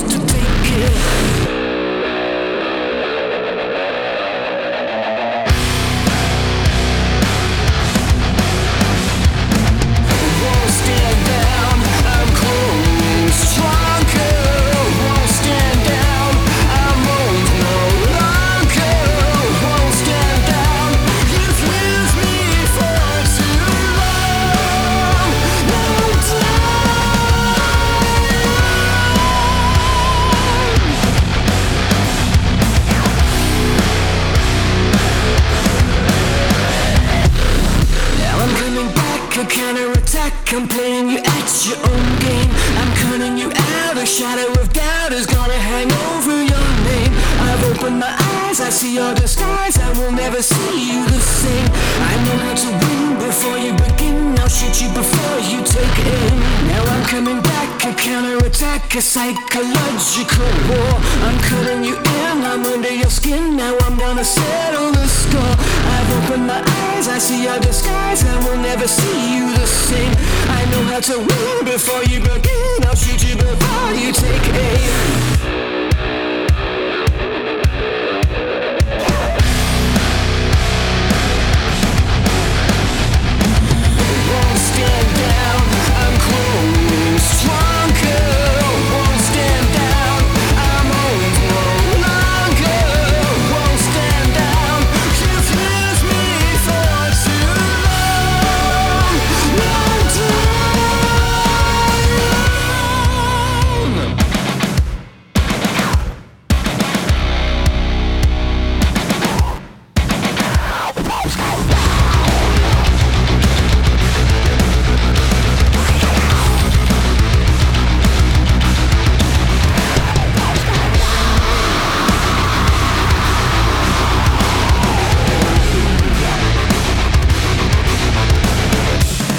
G: I'm playing you at your own game. I'm cutting you out. A shadow of doubt is gonna hang over your name. I've opened my eyes. I see your disguise. I will never see you the same. I know how to win before you begin. I'll shoot you before you take aim. Now I'm coming back. A counterattack. A psychological war. I'm cutting you in. I'm under your skin. Now I'm gonna settle the score. I've opened my eyes. I see your disguise. I will never see you the same. I know how to win before you begin. I'll shoot you before you take aim. Won't stand down. I'm growing stronger. Won't stand down. I'm old no longer. Won't stand down. You've used me for too long. Long time.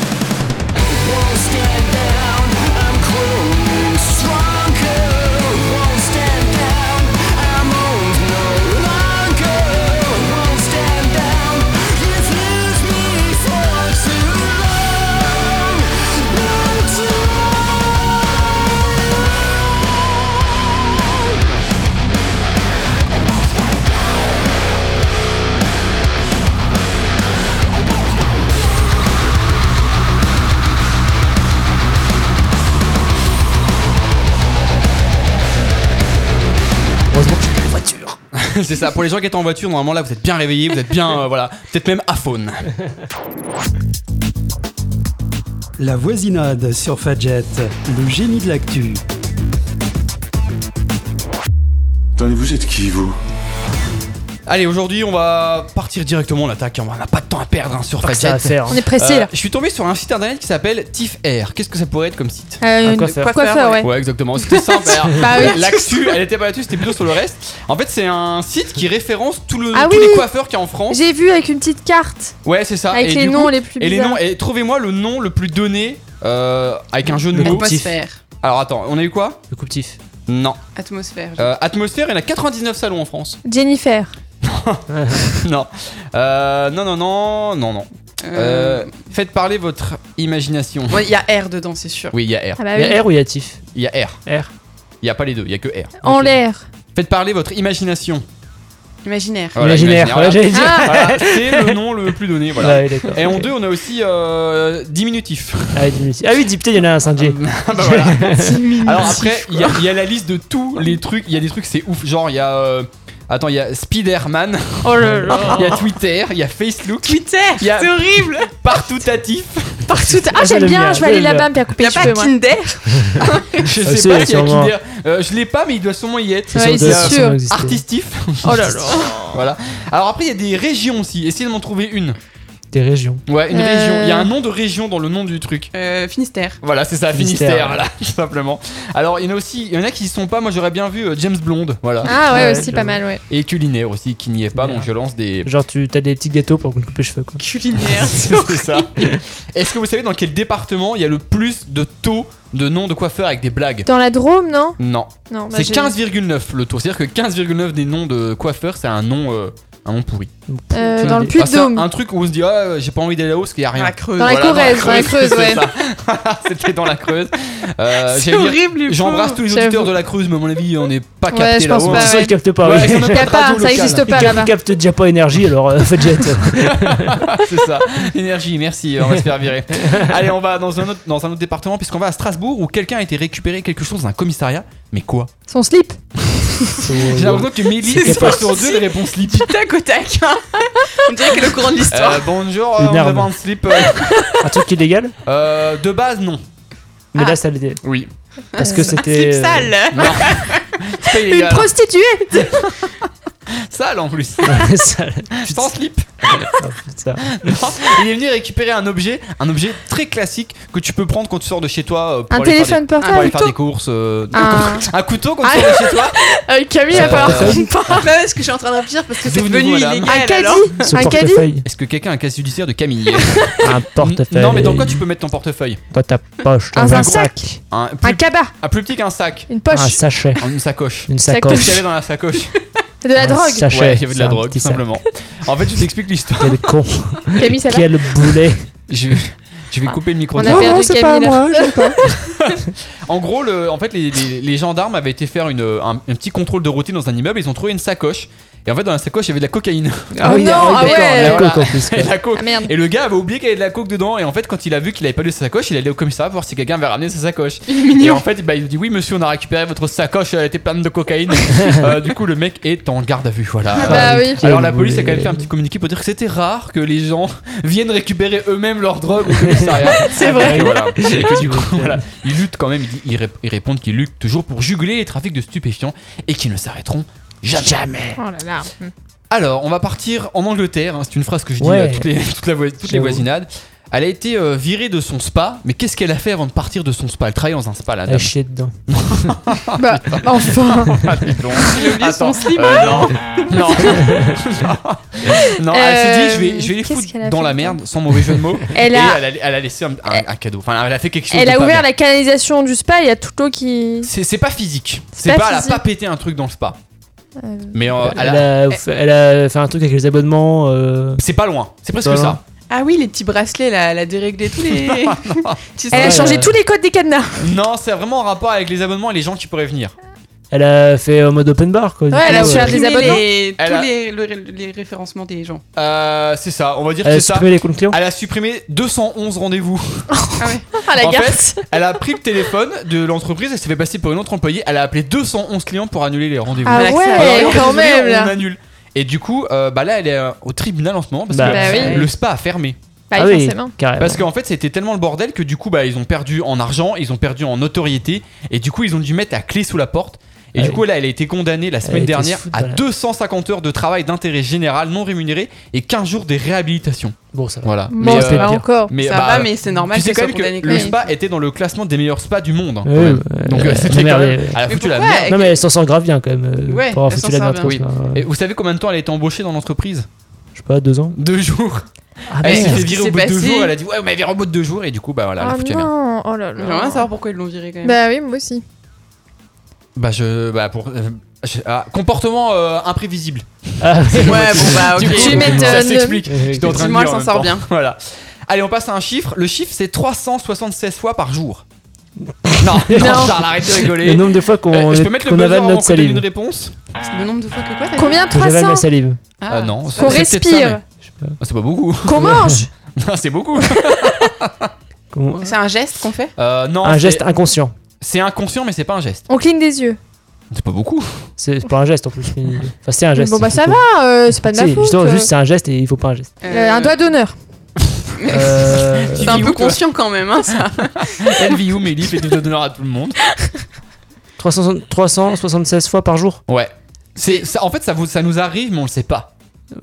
G: Won't stand down. I'm growing stronger. Won't stand down. I'm old no longer. Won't stand down. You've used me for too long. Long time.
A: C'est ça. Pour les gens qui étaient en voiture, normalement là, vous êtes bien réveillés, vous êtes bien, euh, voilà, peut-être même à faune.
D: La voisinade sur Fadjet, le génie de l'actu.
H: Attendez, vous êtes qui, vous
A: Allez, aujourd'hui, on va partir directement à l'attaque. On n'a pas de temps à perdre hein, sur
C: Pas que ça à
A: Fadjet.
C: faire. hein.
B: On est pressé
A: Euh,
B: là.
A: je suis tombé sur un site internet qui s'appelle Tiff Air. Qu'est-ce que ça pourrait être comme site
B: Euh,
C: un coiffeur.
B: une- coiffeur, ouais.
A: Ouais, exactement. C'était simple. hein.
B: Bah oui.
A: L'actu, elle était pas là-dessus, c'était plutôt sur le reste. En fait, c'est un site qui référence tout le,
B: Ah
A: tous
B: oui.
A: les coiffeurs qu'il y a en France.
B: J'ai vu avec une petite carte
A: Ouais, c'est ça.
B: avec
A: Et
B: les
A: du
B: noms
A: coup-
B: les plus
A: et les
B: bizarres.
A: noms. Et trouvez-moi le nom le plus donné euh, avec un jeu de
C: Le
A: mots.
C: motif.
E: Atmosphère.
A: Alors attends, on a eu quoi
C: Le couptif.
A: Non.
E: Atmosphère.
A: Euh, Atmosphère, il y en a 99 salons en France.
B: Jennifer.
A: non. Euh, non, non, non, non, non. Euh,
E: Euh,
A: faites parler votre imagination.
E: ouais, Il y a R dedans, c'est sûr.
A: Oui, il y a R.
B: Ah bah
C: Il y
B: oui.
C: a R ou il y a Tif
A: Il y a R.
C: R.
A: Il y a pas les deux, il y a que R.
B: En
C: Ok.
B: l'air.
A: Faites parler votre imagination.
E: Imaginaire.
A: Voilà,
C: Imaginaire.
A: imaginaire.
C: Voilà, j'allais dire.
B: Ah,
A: Voilà, c'est le nom le plus donné, voilà.
C: Ouais, d'accord.
A: Et en deux, on a aussi euh, diminutif.
C: Ah, diminutif. Ah oui, Dipté, il y en a un Saint-Dié.
A: Ah bah voilà. Alors après, il y, a- il y a la liste de tous les trucs. Il y a des trucs, c'est ouf. Genre, il y a. euh, attends, il y a Spider-Man.
E: Oh là là.
A: Il y a Twitter. Il y a Facebook.
E: Twitter,
A: Il y a-
E: c'est horrible.
A: Partout tatif.
B: partout. Ah,
C: Ah, ça,
B: j'aime
C: j'aime
B: bien,
C: bien,
B: je vais aller
C: j'aime
B: là-bas me faire couper
E: Il y
B: les
E: a pas
B: cheveux, moi.
E: Tinder.
A: Je
C: Ah,
A: sais
C: si,
A: pas s'il y a
C: sûrement.
A: Kinder. Euh, je l'ai pas, mais il doit sûrement y être.
B: Ouais,
C: Ils sont
B: c'est
C: deux,
B: sûr.
C: ça doit exister.
A: Artistif.
E: Oh là là.
A: Voilà. Alors après, il y a des régions aussi. Essayez de m'en trouver une.
C: Des régions.
A: Ouais, une
B: Euh.
A: région. Il y a un nom de région dans le nom du truc.
E: Euh, Finistère.
A: Voilà, c'est ça, Finistère,
C: Finistère,
A: voilà, tout simplement. Alors, il y en a aussi, il y en a qui y sont pas, moi j'aurais bien vu euh, James Blonde, voilà.
B: Ah ouais,
C: Ouais,
B: aussi pas
C: j'avoue.
B: mal, ouais.
A: Et Culinaire aussi, qui n'y est pas,
C: Bien.
A: donc je lance des.
C: Genre, tu as des petits gâteaux pour qu'on te coupe les cheveux, quoi.
E: Culinaire.
A: c'est ça. Est-ce que vous savez dans quel département il y a le plus de taux de noms de coiffeurs avec des blagues
B: Dans la Drôme, non
A: Non,
B: Non, bah,
A: c'est
B: j'ai-
A: 15,9 le taux, c'est-à-dire que 15,9 des noms de coiffeurs, c'est un nom. euh, Un nom pourri.
B: Euh,
C: Aucune
B: dans le
C: idée.
A: Ah, c'est un,
B: Puy-de-Dôme.
A: un truc où on se dit, ah, j'ai pas envie d'aller là-haut parce qu'il y a rien.
E: La Creuse.
B: Dans la
A: Voilà,
B: Corrèze, dans la Creuse, ouais.
A: c'est ça. C'était dans la Creuse. Euh,
E: C'est
A: j'allais dire-
E: horrible, les
A: J'embrasse
E: pauvres.
A: tous les auditeurs
B: J'avoue.
A: de la Creuse, mais à mon avis, on n'est pas
B: Ouais,
A: capté
B: je pense
A: là-haut. hein.
B: pas,
C: C'est ça,
B: ouais.
C: ils captent pas.
A: Ouais,
C: oui.
A: ils sont même
B: Y a
A: de
B: pas,
A: radio
B: ça
A: locale.
B: existe pas.
C: Ils
B: là-bas.
C: cap- captent déjà pas énergie, alors euh, faites jet.
A: C'est ça. Énergie, merci, on va se faire virer. Allez, on va dans un autre, dans un autre département, puisqu'on va à Strasbourg où quelqu'un a été récupéré quelque chose dans un commissariat. Mais quoi
B: Son slip.
A: J'ai l'impression que Mélie
E: C'est
A: est pas
E: ça.
A: sur deux les réponses lipides.
E: Du tac au tac. hein. On dirait que le courant de l'histoire.
A: Euh, bonjour,
C: Une
A: euh, on
C: arme.
A: avait un slip. euh,
C: Un truc illégal
A: euh, de base, non.
C: Mais
B: Ah.
C: là, ça l'était.
A: Oui.
C: Parce que
E: Slip
C: c'était. euh,
E: sale.
A: Non. C'est pas
B: Une
A: illégal.
B: prostituée
A: Sale en plus.
C: Ça,
A: Sans slip.
C: oh, putain.
A: Non, il est venu récupérer un objet, un objet très classique que tu peux prendre quand tu sors de chez toi euh, pour
B: Un
A: aller faire
B: téléphone
A: des- pour aller
B: portable.
A: faire des courses. euh,
B: Un-
A: Un couteau quand
B: Ah.
A: tu sors de chez toi.
B: Avec Camille, à part.
E: Là, ce que je suis en train de dire Bah parce que c'est
A: Souvenez-vous,
E: devenu
A: madame.
E: illégal.
B: Un caddie.
E: alors.
C: Ce
B: Un caddie.
C: portefeuille.
A: Est-ce que quelqu'un a un casse judiciaire de Camille
C: Un portefeuille.
A: Non, mais dans quoi tu peux mettre ton portefeuille
C: Dans ta poche.
B: Un-
C: dans
B: un
C: un
B: sac.
A: un
B: Un
A: plus,
B: cabas.
A: un plus petit qu'un sac.
B: Une
C: Un
B: poche.
C: sachet. Ah,
A: En une sacoche.
C: Une
B: Sac-
A: Qu'est-ce
C: sacoche.
A: qu'il y avait dans la sacoche
B: De la
C: Un
B: drogue.
C: Sachet.
A: Ouais, il y avait de la
C: C'est un
A: drogue,
C: petit
A: tout
C: sac.
A: simplement. En fait, je t'explique l'histoire.
C: Quel con.
B: Camille, ça va
C: Quel boulet.
A: Je, je vais couper le micro.
B: On
A: de
B: a
A: ça.
B: perdu Camille. là.
A: En gros, le, en fait, les, les- les gendarmes avaient été faire une, un, un petit contrôle de routine dans un immeuble. Ils ont trouvé une sacoche. Et en fait, dans la sacoche, il y avait de la cocaïne.
B: Oh non,
C: ah
B: ah
C: oui, d'accord,
B: ouais.
C: la
A: Voilà.
C: coque en plus. quoi.
A: Et la coke.
B: Ah merde.
A: Et le gars avait oublié qu'il y avait de la coke dedans. Et en fait, quand il a vu qu'il avait pas de sa sacoche, il allait au commissariat voir si quelqu'un avait ramené sa sacoche. Et en fait, bah, il dit Oui, monsieur, on a récupéré votre sacoche, elle était pleine de cocaïne. Euh, du coup, le mec est en garde à vue. Voilà.
B: Ah bah oui.
A: Alors, la
C: Quel
A: police a
C: boulet.
A: quand même fait un petit communiqué pour dire que c'était rare que les gens viennent récupérer eux-mêmes leur drogue au commissariat.
B: C'est vrai.
A: Et, voilà. Et que du coup, voilà, ils luttent quand même, ils, ils rép- ils répondent qu'ils luttent toujours pour juguler les trafics de stupéfiants et qu'ils ne s'arrêteront jamais.
B: Oh là là.
A: Alors, on va partir en Angleterre. hein, C'est une phrase que je dis
C: Ouais.
A: à toutes les, toute la voi- toutes les
C: J'avoue.
A: voisinades. Elle a été euh, virée de son spa, mais qu'est-ce qu'elle a fait avant de partir de son spa Elle travaille dans un spa, la
C: Elle
A: dame.
C: chier dedans.
B: Bah, enfin.
A: Ah, dis donc.
E: oublié son slip.
A: euh, non. non. Non, elle s'est dit, je vais, je vais les
B: Euh, Qu'est-ce
A: foutre
B: qu'elle a
A: dans
B: fait
A: la merde, sans mauvais jeu de mots.
B: Elle
A: Et
B: a,
A: elle a, elle a laissé un, un- un cadeau. Enfin, elle a fait quelque chose.
B: elle
A: de
B: a
A: pas
B: ouvert
A: bien.
B: la canalisation du spa. Il y a tout l'eau qui.
A: C'est c'est pas physique.
B: C'est
A: C'est
B: pas
A: pas, elle a
B: physique.
A: pas pété un truc dans le spa.
B: Euh,
A: Mais euh, elle
C: Elle
A: a-
C: a, elle a fait un truc avec les abonnements. euh,
A: c'est pas loin. C'est presque
C: Pas loin.
A: ça.
E: Ah oui, les petits bracelets, là, elle a déréglé tous les. Tu sais,
B: Elle a
C: Ouais,
B: changé
C: euh,
B: tous les codes des cadenas.
A: Non, c'est vraiment en rapport avec les abonnements et les gens qui pourraient venir.
C: Elle a fait en mode open bar. Quoi, du
B: Ouais, elle a
C: coup,
B: su
C: euh,
B: faire des
E: supprimé
B: abonnements.
E: les-
A: Elle
E: tous
A: a-
E: les, le- les référencements des gens.
A: Euh, c'est ça. On va dire
C: Elle
A: que
C: a
A: c'est ça.
C: supprimé les comptes clients.
A: Elle a supprimé 211 rendez-vous.
B: Ah la
A: En
B: garce.
A: Elle a pris le téléphone de l'entreprise, elle s'est fait passer pour une autre employée, elle a appelé 211 clients pour annuler les rendez-vous.
B: Ah
E: Voilà, c'est-
B: ouais,
A: Alors,
B: quand
A: désolé,
B: même
A: on
B: là.
A: annule. Et du coup, euh, bah là, elle est euh, au tribunal en ce moment parce
C: Bah,
A: que
B: Bah oui.
A: le spa a fermé.
B: Bah,
C: ah oui,
B: forcément.
C: carrément.
A: Parce qu'en fait, c'était tellement le bordel que du coup, bah, ils ont perdu en argent, ils ont perdu en notoriété, et du coup, ils ont dû mettre la clé sous la porte. Et
C: Ah
A: du
C: oui.
A: coup, là, elle a été condamnée la
C: a
A: semaine
C: été
A: dernière
C: se foutre,
A: à
C: voilà.
A: 250 heures de travail d'intérêt général non rémunéré et 15 jours de réhabilitation.
C: Bon, ça va.
A: Voilà.
B: Bon,
C: Mais,
B: ça
C: euh,
B: va encore.
A: Ah, mais,
E: ça
A: bah,
E: va, mais c'est normal
A: tu sais
E: qu'elle
A: quand
E: soit condamnée
A: même que le
E: comme
A: spa était dans le classement des meilleurs spas du monde. hein, quand
C: Ouais,
A: même.
C: ouais,
A: Donc
C: elle
A: euh,
C: a-
A: c'était quand
C: merde,
A: même.
C: elle-
A: Elle a foutu la
E: pourquoi
A: merde.
C: Non, mais elle s'en sort grave bien quand même. euh,
E: Ouais,
C: pour avoir
E: elle
C: foutu
E: s'en
C: la merde.
E: sort
A: bien.
C: quoi, enfin,
A: Et
C: euh,
A: vous savez combien de temps elle a été embauchée dans l'entreprise
C: Je sais pas, deux ans.
A: Deux jours.
C: Ah,
A: Elle
C: merde.
A: s'est fait
E: Qu'est-ce qui
A: virer au
E: s'est
A: bout de deux
E: passé
A: jours. Elle a dit Ouais, vous m'avez viré au bout de deux jours. Et du coup, bah voilà, elle a
B: Ah
A: foutu la merde.
B: non, oh là
E: J'aimerais bien
B: là.
E: savoir pourquoi ils l'ont viré quand même.
B: Bah oui, moi aussi.
A: Bah, je. Bah, pour. euh, je- ah, comportement euh, imprévisible.
C: Ah,
E: ouais, bon bah
A: Du
E: ok.
A: coup,
B: Tu m'étonnes.
A: ça s'explique.
C: ouais.
A: J'étais en train de
E: Effectivement,
A: dire
E: elle
A: en
E: s'en
A: même
E: sort
A: temps.
E: bien.
A: Voilà. Allez, on passe à un chiffre. Le chiffre, c'est 376 fois par jour. non, non, Charles, arrête de
C: Le
A: rigoler.
C: nombre de fois qu'on
A: Euh, je peux mettre le
C: qu'on
A: buzzer
C: avale
A: avant
C: notre
A: qu'on donne une
C: salive.
A: réponse
E: Ah. Le nombre de fois que quoi t'as dit
B: Combien
C: Qu'on avale la
B: 300
C: salive.
A: Ah non, c'est-
B: Qu'on
A: c'est peut-être ça,
B: respire,
A: mais- Ah, C'est pas beaucoup.
B: qu'on mange.
A: Non, c'est beaucoup.
C: Qu'on-
E: C'est un geste qu'on fait
A: Euh, non,
C: Un
A: c'est-
C: geste inconscient.
A: C'est inconscient, mais c'est pas un geste.
B: On cligne des yeux.
A: C'est pas beaucoup.
C: C'est c'est pas un geste en plus. mais- Enfin, c'est un geste.
B: bon bah
C: c'est
B: ça
C: tout.
B: va, euh, c'est pas de ma
C: Si,
B: faute.
C: justement,
B: euh.
C: juste c'est un geste et il faut pas un geste.
B: Euh, Un doigt d'honneur.
C: Euh,
E: C'est un
A: Dis-vous,
E: peu
A: toi.
E: conscient quand même, hein, ça.
A: Elle vit où, mais il fait des doigts d'honneur à tout le monde.
C: 300 376 fois par jour.
A: Ouais. C'est, ça- en fait, ça, vous- ça nous arrive, mais on le sait pas.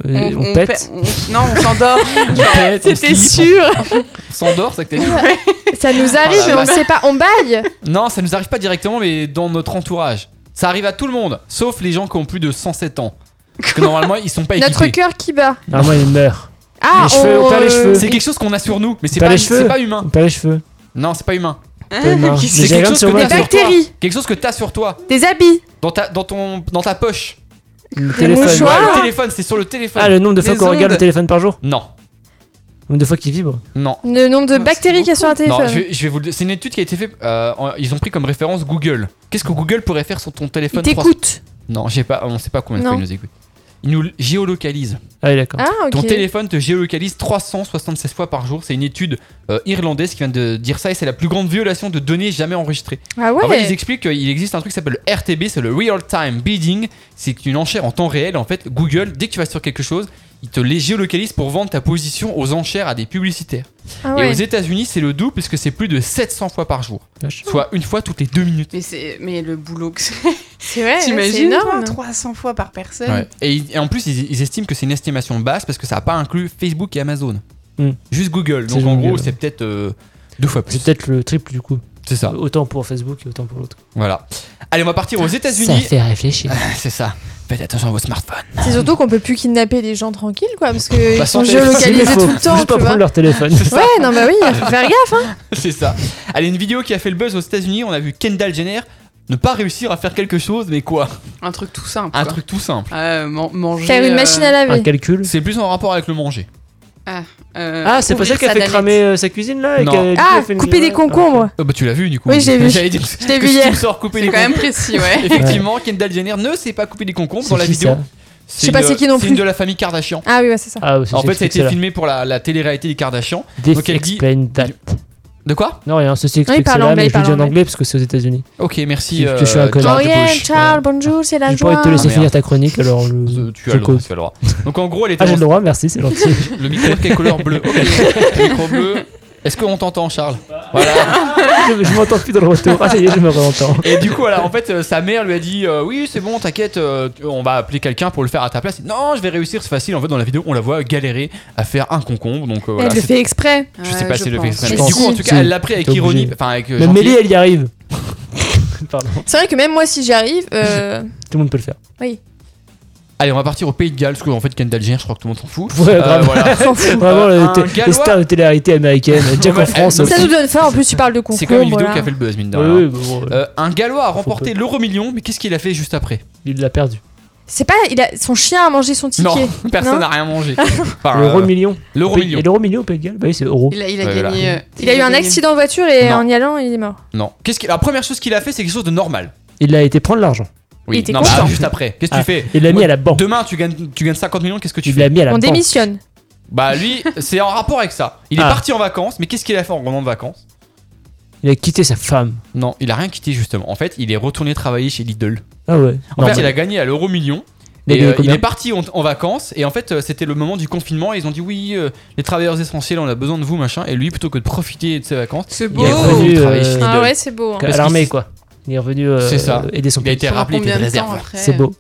C: Euh, On, pète.
E: pa- on- Non, on s'endort.
A: C'était
B: sûr.
A: On s'endort, ça que t'as dit.
B: Ça nous arrive, mais
E: Ah,
A: Oh la
E: bah.
B: on sait pas, on baille.
A: Non, ça nous arrive pas directement, mais dans notre entourage. Ça arrive à tout le monde, sauf les gens qui ont plus de 107 ans. Parce que normalement, ils sont pas
B: Notre
A: équipés.
B: cœur qui bat.
C: Ah, moi, il meurt.
B: Ah,
C: Les cheveux, on perd les
B: euh,
C: cheveux.
A: C'est quelque chose qu'on a sur nous, mais c'est
C: T'as
A: pas,
C: les cheveux
A: c'est pas humain.
C: On perd les cheveux.
A: Non, c'est pas humain.
C: Pas humain.
E: qui
A: Hein c'est
C: J'ai
A: quelque
C: rien
A: chose
C: sur
A: que
C: moi.
B: Des
A: t'as sur toi.
B: bactéries,
A: Quelque chose que t'as sur toi,
B: des habits,
A: dans ta, dans ton, dans ta poche.
C: Le téléphone.
B: mouchoirs. Quoi
A: Ouais, le téléphone, c'est sur le téléphone.
C: Ah, le nombre de fois
E: Les
C: qu'on regarde
E: ondes.
C: le téléphone par jour.
A: Non,
C: Le nombre de fois qu'il vibre.
A: non.
B: le nombre de
E: c'est
B: bactéries qu'il y a sur un
A: Non,
B: téléphone.
A: je vais, je vais vous le... C'est une étude qui a été faite. euh, en- ils ont pris comme référence Google. Qu'est-ce que Google pourrait faire sur ton
B: Il
A: téléphone trois-
B: t'écoute.
A: Non, j'ai pas, on sait pas combien de fois
B: Non.
A: ils nous écoutent. Ils nous géolocalisent.
C: Ah, oui, d'accord.
B: Ah, ok.
A: Ton téléphone te géolocalise 376 fois par jour. C'est une étude euh, irlandaise qui vient de dire ça et c'est la plus grande violation de données jamais enregistrée.
B: Ah
A: En fait, ils
B: ouais.
A: expliquent qu'il existe un truc qui s'appelle le RTB, c'est le Real Time Bidding. C'est une enchère en temps réel. En fait, Google, dès que tu vas sur quelque chose, ils te les géolocalisent pour vendre ta position aux enchères à des publicitaires.
B: Ah
A: Et
B: ouais.
A: aux États-Unis, c'est le double puisque c'est plus de 700 fois par jour,
C: Vache.
A: soit une fois toutes les deux minutes.
E: Mais, c'est- mais le boulot que c'est.
B: C'est vrai, ouais, c'est
E: T'imagines
B: énorme.
E: toi, 300 fois par personne.
A: Ouais. Et, ils- et en plus, ils, ils estiment que c'est une estimation basse parce que ça n'a pas inclus Facebook et Amazon.
C: Hmm.
A: Juste Google.
C: C'est
A: Donc en
C: Google,
A: gros,
C: ouais.
A: c'est peut-être euh, deux fois plus.
C: C'est peut-être le triple du coup.
A: C'est ça.
C: Autant pour Facebook et autant pour l'autre.
A: Voilà. Allez, on va partir aux États-Unis.
C: réfléchir.
A: C'est ça. Faites attention à vos smartphones.
B: C'est surtout qu'on peut plus kidnapper les gens tranquilles, quoi, parce que
A: Bah,
B: ils sont
A: sans téléphone.
B: géolocalisés tout le temps,
C: Juste pas
B: tu vois.
C: prendre leur téléphone.
B: Ouais, non, bah oui, faut faire gaffe. hein.
A: C'est ça. Allez, une vidéo qui a fait le buzz aux États-Unis. On a vu Kendall Jenner ne pas réussir à faire quelque chose, mais quoi
E: Un truc tout simple.
A: Un
E: quoi.
A: truc tout simple.
E: Euh, man- manger.
B: Faire une machine à
C: Un
B: laver.
C: calcul.
A: C'est plus en rapport avec le manger.
E: euh,
C: Ah, c'est pas ça qui a fait cramer euh, sa cuisine là et
A: Non.
C: qui a- qui a
B: Ah,
C: fait une
B: couper des
C: vidéo, ouais.
B: concombres.
A: Ah bah, tu l'as vu du coup.
B: Oui, je l'ai vu.
A: J'allais dire-
B: Je l'ai
A: que
B: vu
A: si tu
B: hier.
A: me sors couper
E: C'est
A: les
E: quand même précis, ouais.
A: Effectivement, Kendall Jenner ne s'est pas coupé des concombres dans la
C: qui,
A: vidéo.
C: ça
A: Je
B: sais pas c'est qui non
A: C'est une
B: plus.
A: de la famille Kardashian.
B: Ah oui, ouais, c'est ça.
C: Ah, ouais, ça
A: En fait, ça a
C: s'explique,
A: été
C: cela.
A: filmé pour la, la télé-réalité des Kardashians.
C: This
A: Donc, elle dit-
C: explain that.
A: De quoi
C: Non, rien, ceci
B: parle
C: explique cela,
B: anglais,
C: mais
B: il
C: je le dis en
B: parle
C: anglais parce que c'est aux États-Unis.
A: Ok, merci. euh,
C: Je- je suis un
A: George
C: connard.
B: Oriane,
A: Bush.
B: Charles, bonjour, c'est la
C: Je
B: joie.
C: pourrais te laisser
A: Ah,
C: finir ta chronique alors. je-
A: Euh, Tu
C: je
A: as le droit,
C: cause.
A: tu as le droit. Donc en gros, elle était
C: Ah, j'ai le
A: dans
C: droit, merci, c'est gentil.
A: le micro de quelle couleur bleue. Ok, le micro bleu. Est-ce qu'on t'entend, Charles Voilà.
C: je je m'entends plus dans le retour. Ah, ça y est, je me réentends.
A: Et du coup, voilà, en fait, euh, sa mère lui a dit euh, Oui, c'est bon, t'inquiète, euh, tu- on va appeler quelqu'un pour le faire à ta place. Non, je vais réussir, c'est facile. En fait, dans la vidéo, on la voit galérer à faire un concombre. Donc euh, voilà.
B: Elle le
A: c'est-
B: fait exprès.
A: Je sais pas si elle le fait exprès.
B: Je
A: mais Du coup, en
B: pense.
A: tout cas, elle l'a pris avec
C: T'es obligé.
A: ironie. Enfin, avec. euh,
C: Même
A: gentillesse.
C: Mélie, elle y arrive. Pardon,
B: C'est vrai que même moi, si j'y arrive, euh,
C: tout le monde peut le faire.
A: Allez, on va partir au Pays de Galles, parce qu'en fait, Kendall Jenner, je crois que tout le monde s'en fout.
C: Ouais,
A: Euh,
C: grave.
A: voilà.
B: s'en fout.
C: Vraiment,
A: Euh,
C: le-
A: un
C: les
A: Gallois
C: stars de télé-réalité américaine. Jack en
A: mais-
C: France.
A: non,
B: Ça nous donne faim, en plus, tu parles de concombre.
A: C'est quand même une vidéo
B: voilà.
A: qui a fait le buzz, mine de
C: Oui,
A: rien.
C: oui, bon, euh,
A: Euh, un Gallois a remporté
C: Faut
A: l'euro million, mais qu'est-ce qu'il a fait juste après
C: il l'a perdu.
B: C'est pas. Il a... Son chien a mangé son ticket.
A: Non, personne
B: Non.
A: n'a rien mangé. Enfin,
C: L'euro
A: euh,
C: million.
A: l'euro
C: Pays-
A: million.
C: Et l'euro million au Pays de Galles Bah oui, c'est euro.
E: Il a, il a
A: Ouais, voilà.
E: gagné. euh,
B: Il a eu un
E: gagné-
B: accident de voiture et
A: Non.
B: en y allant, il est mort.
A: Non. Qu'est-ce qu'il- La première chose qu'il a fait, c'est quelque chose de normal.
C: Il a été prendre l'argent.
B: Il était
A: non, mais
B: content.
A: ah, juste après. Qu'est-ce que
C: Ah,
A: tu fais
C: Il l'a mis à la banque.
A: Demain, tu gagnes, tu gagnes 50 millions, qu'est-ce que tu
C: Il
A: fais
C: l'a mis à la
B: On
C: banque.
B: démissionne.
A: Bah, lui, c'est en rapport avec ça. Il est
C: Ah.
A: parti en vacances, mais qu'est-ce qu'il a fait en revenant de vacances
C: Il a quitté sa femme.
A: Non, il a rien quitté, justement. En fait, il est retourné travailler chez Lidl.
C: Ah ouais.
A: En
C: Non,
A: fait,
C: mais
A: il a gagné à l'euro million.
C: il a
A: Et,
C: gagné
A: euh, il
C: combien
A: est parti en, en vacances et en fait euh, c'était le moment du confinement et ils ont dit oui euh, les travailleurs essentiels on a besoin de vous machin et lui plutôt que de profiter de ses vacances
E: C'est
A: il
E: beau.
A: a
C: revenu,
A: travailler chez
C: euh,
A: Lidl.
B: Ah ouais, c'est beau. hein.
A: Parce
C: à
A: qu'il
C: l'armée,
A: s-
C: quoi. Il est revenu euh,
A: C'est ça.
C: aider son
A: Il a
C: pays.
A: été rappelé il était
E: Combien de temps
A: réservé.
E: après
C: C'est beau.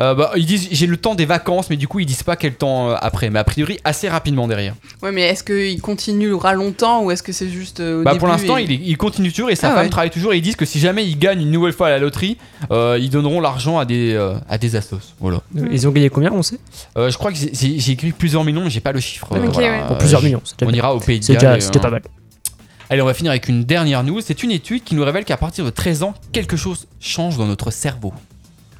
A: Euh, bah, ils disent j'ai le temps des vacances mais du coup ils disent pas quel temps euh, après mais a priori assez rapidement derrière.
E: Ouais, mais est-ce qu'il continuera longtemps ou est-ce que c'est juste euh, au
A: Bah,
E: début
A: pour l'instant
E: et-
A: il, est- il continue toujours et sa
E: Ah
A: femme
E: ouais.
A: travaille toujours et ils disent que si jamais il gagne une nouvelle fois à la loterie euh, ils donneront l'argent à des euh, à des assos. Voilà.
E: Mmh.
C: Ils ont gagné combien, on sait
A: Euh, je crois que j'ai- j'ai j'ai écrit plusieurs millions mais j'ai pas le chiffre.
B: Ok,
A: voilà.
B: ouais.
C: Pour plusieurs
A: Euh,
C: millions. c'est déjà
A: On
C: bien.
A: ira au pays de
C: C'est
A: Galles
C: déjà,
A: et,
C: c'était
A: euh,
C: pas mal.
A: Allez, on va finir avec une dernière news. C'est une étude qui nous révèle qu'à partir de 13 ans, quelque chose change dans notre cerveau.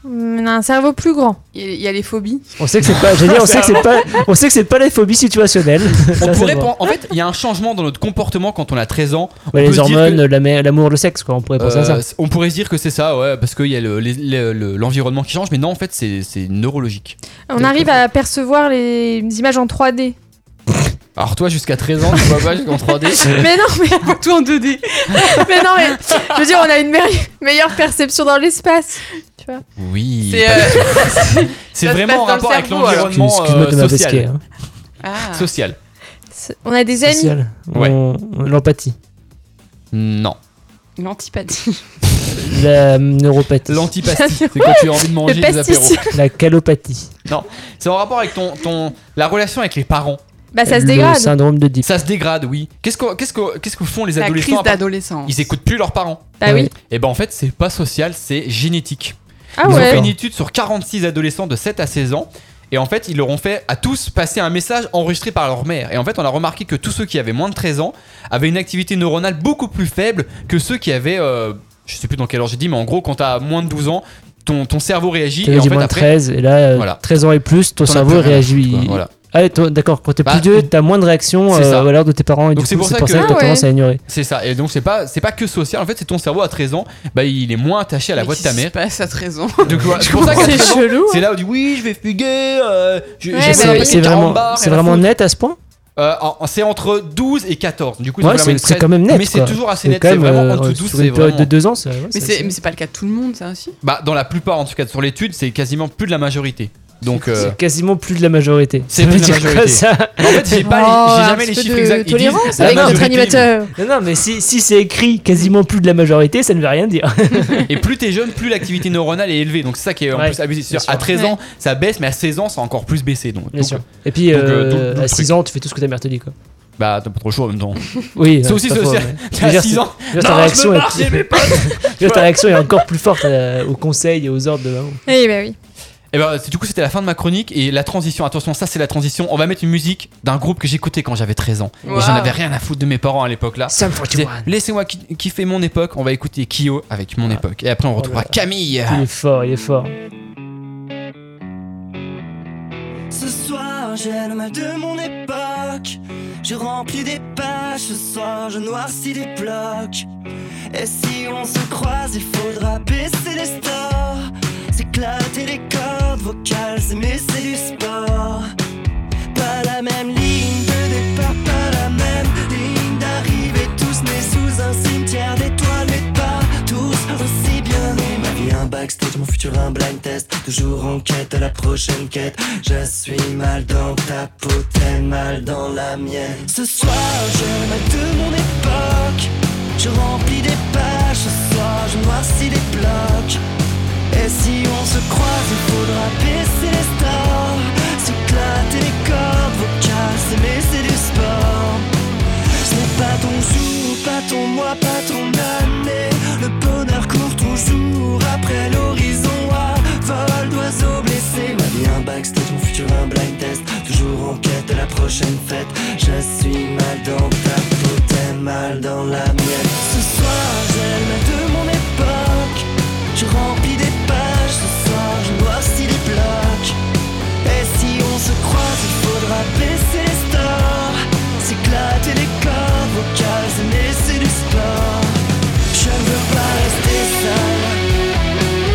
B: On a Hum, un cerveau plus grand.
E: Il y a- il y a les phobies.
C: On sait que c'est pas, j'ai dit, on sait que c'est pas, on sait que c'est pas les phobies situationnelles. Ça,
A: On
C: c'est
A: pourrait
C: vrai.
A: pen- En fait, il y a un changement dans notre comportement quand on a 13 ans.
C: Ouais,
A: peut
C: les
A: dire
C: hormones,
A: que-
C: la mer- l'amour, le sexe, quoi. On pourrait penser à ça.
A: Euh, c- on pourrait se dire que c'est ça, ouais, parce qu'il y a le- les- le- le- l'environnement qui change, mais non, en fait, c'est c'est neurologique.
B: On arrive à percevoir les images en 3D.
A: Alors, toi, jusqu'à 13 ans, tu vois pas jusqu'en 3D.
B: Mais non, mais,
E: Tout en 2D.
B: mais non, mais je veux dire, on a une meille- meilleure perception dans l'espace. Tu vois
A: Oui.
E: C'est, euh,
A: C'est
E: ça se
A: vraiment en
E: passe dans
A: rapport
E: le
A: avec
E: cerveau, alors.
C: Excuse-
A: l'environnement
C: Excuse-moi
A: euh,
C: de m'abasquer.
A: social.
C: Hein.
E: Ah.
A: Social.
B: C'est- On a des amis.
C: Social.
A: Ouais.
C: On- on- L'empathie.
A: Non.
E: L'antipathie.
C: La neuropathie.
A: L'antipathie, c'est quand tu as envie de manger
B: Le
A: des apéros.
B: pastis.
C: La calopathie.
A: C'est en rapport avec ton, ton, la relation avec les parents.
B: Bah, ça se
C: le
B: dégrade.
C: syndome de Deep.
A: Ça se dégrade, oui. Qu'est-ce que, qu'est-ce que, qu'est-ce que font les
E: La
A: adolescents
E: crise
A: à part-
E: d'adolescence.
A: Ils écoutent plus leurs parents.
B: Bah oui.
A: Et ben en fait, c'est pas social, c'est génétique.
B: Ah
A: Ils ont fait
B: ouais.
A: une étude sur 46 adolescents de 7 à 16 ans. Et en fait, ils leur ont fait à tous passer un message enregistré par leur mère. Et en fait, on a remarqué que tous ceux qui avaient moins de 13 ans avaient une activité neuronale beaucoup plus faible que ceux qui avaient. euh, je sais plus dans quel ordre j'ai dit, mais en gros, quand t'as moins de 12 ans, ton, ton cerveau réagit. Et
C: T'avais
A: en
C: dit
A: fait,
C: moins de
A: après.
C: 13, et là, euh,
A: Voilà.
C: 13 ans et plus, ton
A: t'en as
C: cerveau
A: plus rien à
C: réagit.
A: foutre, quoi. Voilà.
C: Ah, et toi, d'accord, quand t'es
A: Bah,
C: plus vieux, t'as moins de réactions
A: c'est ça.
C: euh, à l'heure de tes parents, et
A: Donc
C: du coup, c'est pour ça que
B: Ah
C: t'as
B: ouais.
C: tendance à ignorer.
A: C'est ça. Et donc, c'est pas, c'est pas que social. En fait, c'est ton cerveau à 13 ans, bah, il est moins attaché à la voix de ta mère.
E: Pas à 13 ans.
A: Donc, voilà, c'est pour ça qu'à
B: C'est
A: 13 ans,
B: chelou.
A: C'est là où on dit oui, je vais fuguer, euh, je-
B: Ouais,
A: j'ai
B: bah
A: fait un
C: c'est
A: peu
B: oui.
C: c'est
A: 40
C: vraiment,
A: bars,
C: c'est
A: et la
C: vraiment
A: foule.
C: net à ce point
A: Euh, en- c'est entre 12 et 14. Du coup, ça
C: Ouais,
A: fait
C: c'est
A: la
C: c'est
A: moyenne
C: quand même
A: 13.
C: net.
A: Mais c'est
C: quoi.
A: toujours assez net.
C: quand
A: C'est
C: même,
A: vraiment
C: euh,
A: en dessous de 12.
C: Sur
A: C'est
C: une période
A: vraiment.
C: de 2 ans, c'est- ouais,
E: Mais
C: c'est-
E: c'est mais c'est pas le cas de tout le monde, ça aussi.
A: Bah, dans la plupart, en tout cas, sur l'étude, c'est quasiment plus de la majorité. Donc, euh,
C: C'est quasiment plus de la majorité.
A: C'est
C: Ça veut
A: plus de la
C: dire quoi,
A: majorité.
C: ça
A: en fait, j'ai pas, les- j'ai
B: Oh,
A: jamais
B: un
A: les
B: petit peu
A: chiffres
B: de
A: exacts. Ils disent
B: Tolérance
A: la
B: avec notre
A: majorité, mais-
B: animateur.
C: Non, non, mais si, si c'est écrit quasiment plus de la majorité, ça ne veut rien dire.
A: Et plus t'es jeune, plus l'activité neuronale est élevée. Donc c'est ça qui est en
C: Ouais,
A: plus abusé.
C: bien
A: C'est-à-dire, À
C: sûr.
A: 13 ans, ça baisse, mais à 16 ans, ça a encore plus baissé. Donc,
C: Bien
A: donc,
C: sûr. Et puis,
A: donc,
C: euh,
A: euh, donc, donc,
C: à
A: truc.
C: 6 ans, tu fais tout ce que ta mère te dit, quoi.
A: Bah, t'as pas trop chaud en même temps.
C: Oui, euh,
A: C'est aussi
C: pas faux,
A: social.
C: mais-
A: T'as
C: Je veux dire,
A: 6
C: c'est-
A: ans.
C: je veux dire, ta
A: Non, je
C: réaction
A: me
C: est-
A: barre chez mes potes.
C: je veux dire, ta réaction est encore plus forte euh, aux conseils et aux ordres de maman.
B: Eh ben oui.
A: Et ben, c'est- du coup, c'était la fin de ma chronique et la transition. Attention, ça, c'est la transition. On va mettre une musique d'un groupe que j'écoutais quand j'avais 13 ans. Et
E: Wow.
A: j'en avais rien à foutre de mes parents à l'époque là.
C: Sum
A: Je disais, Laissez-moi ki- kiffer mon époque. On va écouter Kyo avec mon époque. Et après, on retrouvera
C: là.
A: Camille.
C: Il est fort, il est fort.
I: Ce soir, j'ai le mal de mon époque. Je remplis des pages, ce soir, je noircis des blocs. Et si on se croise, il faudra baisser les stores. S'éclater les cordes vocales, mais c'est du sport. Pas la même ligne de départ, pas la même ligne d'arrivée. Tous nés sous un cimetière d'étoiles, mais pas tous aussi bien nés. Ma vie, un backstage, mon futur, un blind test. Toujours en quête de la prochaine quête. Je suis mal dans ta peau, t'es mal dans la mienne. Ce soir, je mal de mon époque. Je remplis des pages, ce soir, je noircis des blocs. Et si on se croise, il faudra baisser les stars S'éclater les cordes vocales, s'aimer c'est du sport Ce n'est pas ton jour, pas ton mois, pas ton année Le bonheur court toujours après l'horizon à vol d'oiseau blessé Ma vie un backstage, mon futur un blind test Toujours en quête de la prochaine fête Je suis mal dans ta peau, t'es mal dans la mienne Ce soir, j'ai le mal de mon époque je remplis des pages ce soir, je noircis les blocs. Et si on se croise, il faudra baisser les stores. S'éclater les cordes vocales, mais c'est du sport. Je ne veux pas rester seul.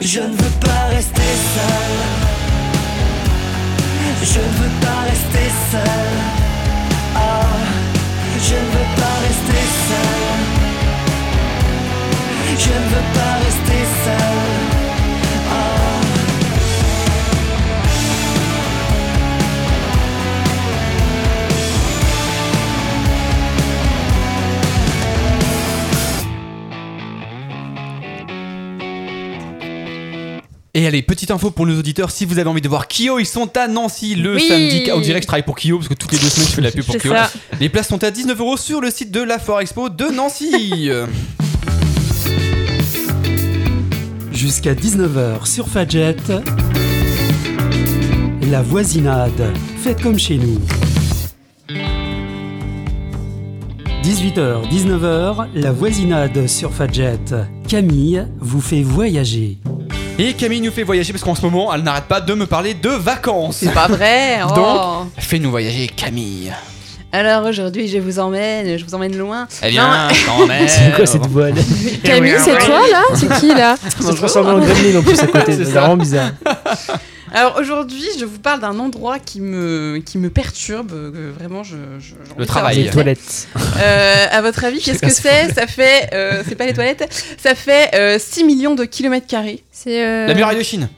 I: Je ne veux pas rester seul. Je ne veux pas rester seul. Ah, je ne veux pas rester seul. Je ne veux pas rester seul.
B: Ah
A: Et allez, petite info pour nos auditeurs, si vous avez envie de voir Kyo, ils sont à Nancy le
B: Oui.
A: samedi. On dirait que je travaille pour Kyo parce que toutes les deux semaines je fais de la pub pour
B: C'est
A: Kyo.
B: ça.
A: Les places sont à 19 euros sur le site de la Foire Expo de Nancy.
D: Jusqu'à 19h sur Fadjet. La voisinade. Faites comme chez nous. 18h, 19h, la voisinade sur Fadjet. Camille vous fait voyager.
A: Et Camille nous fait voyager parce qu'en ce moment elle n'arrête pas de me parler de vacances.
E: C'est pas vrai. Oh.
A: Donc, Fais-nous voyager Camille.
E: Alors aujourd'hui, je vous emmène, je vous emmène loin.
A: Eh bien, quand même.
C: C'est quoi cette voile
B: Ah. Camille, c'est toi là C'est qui là
C: Ils se transforment en gremlin en plus à côté, c'est vraiment bizarre.
E: Alors aujourd'hui, je vous parle d'un endroit qui me, qui me perturbe. euh, vraiment, je. je- j'ai envie de faire
A: travail.
E: des
C: Les
A: Aïe.
C: toilettes.
E: Euh, à votre avis, qu'est-ce que c'est Ça fait, euh, c'est pas les toilettes, ça fait euh, 6 millions de kilomètres carrés.
B: C'est euh,
A: La muraille de Chine.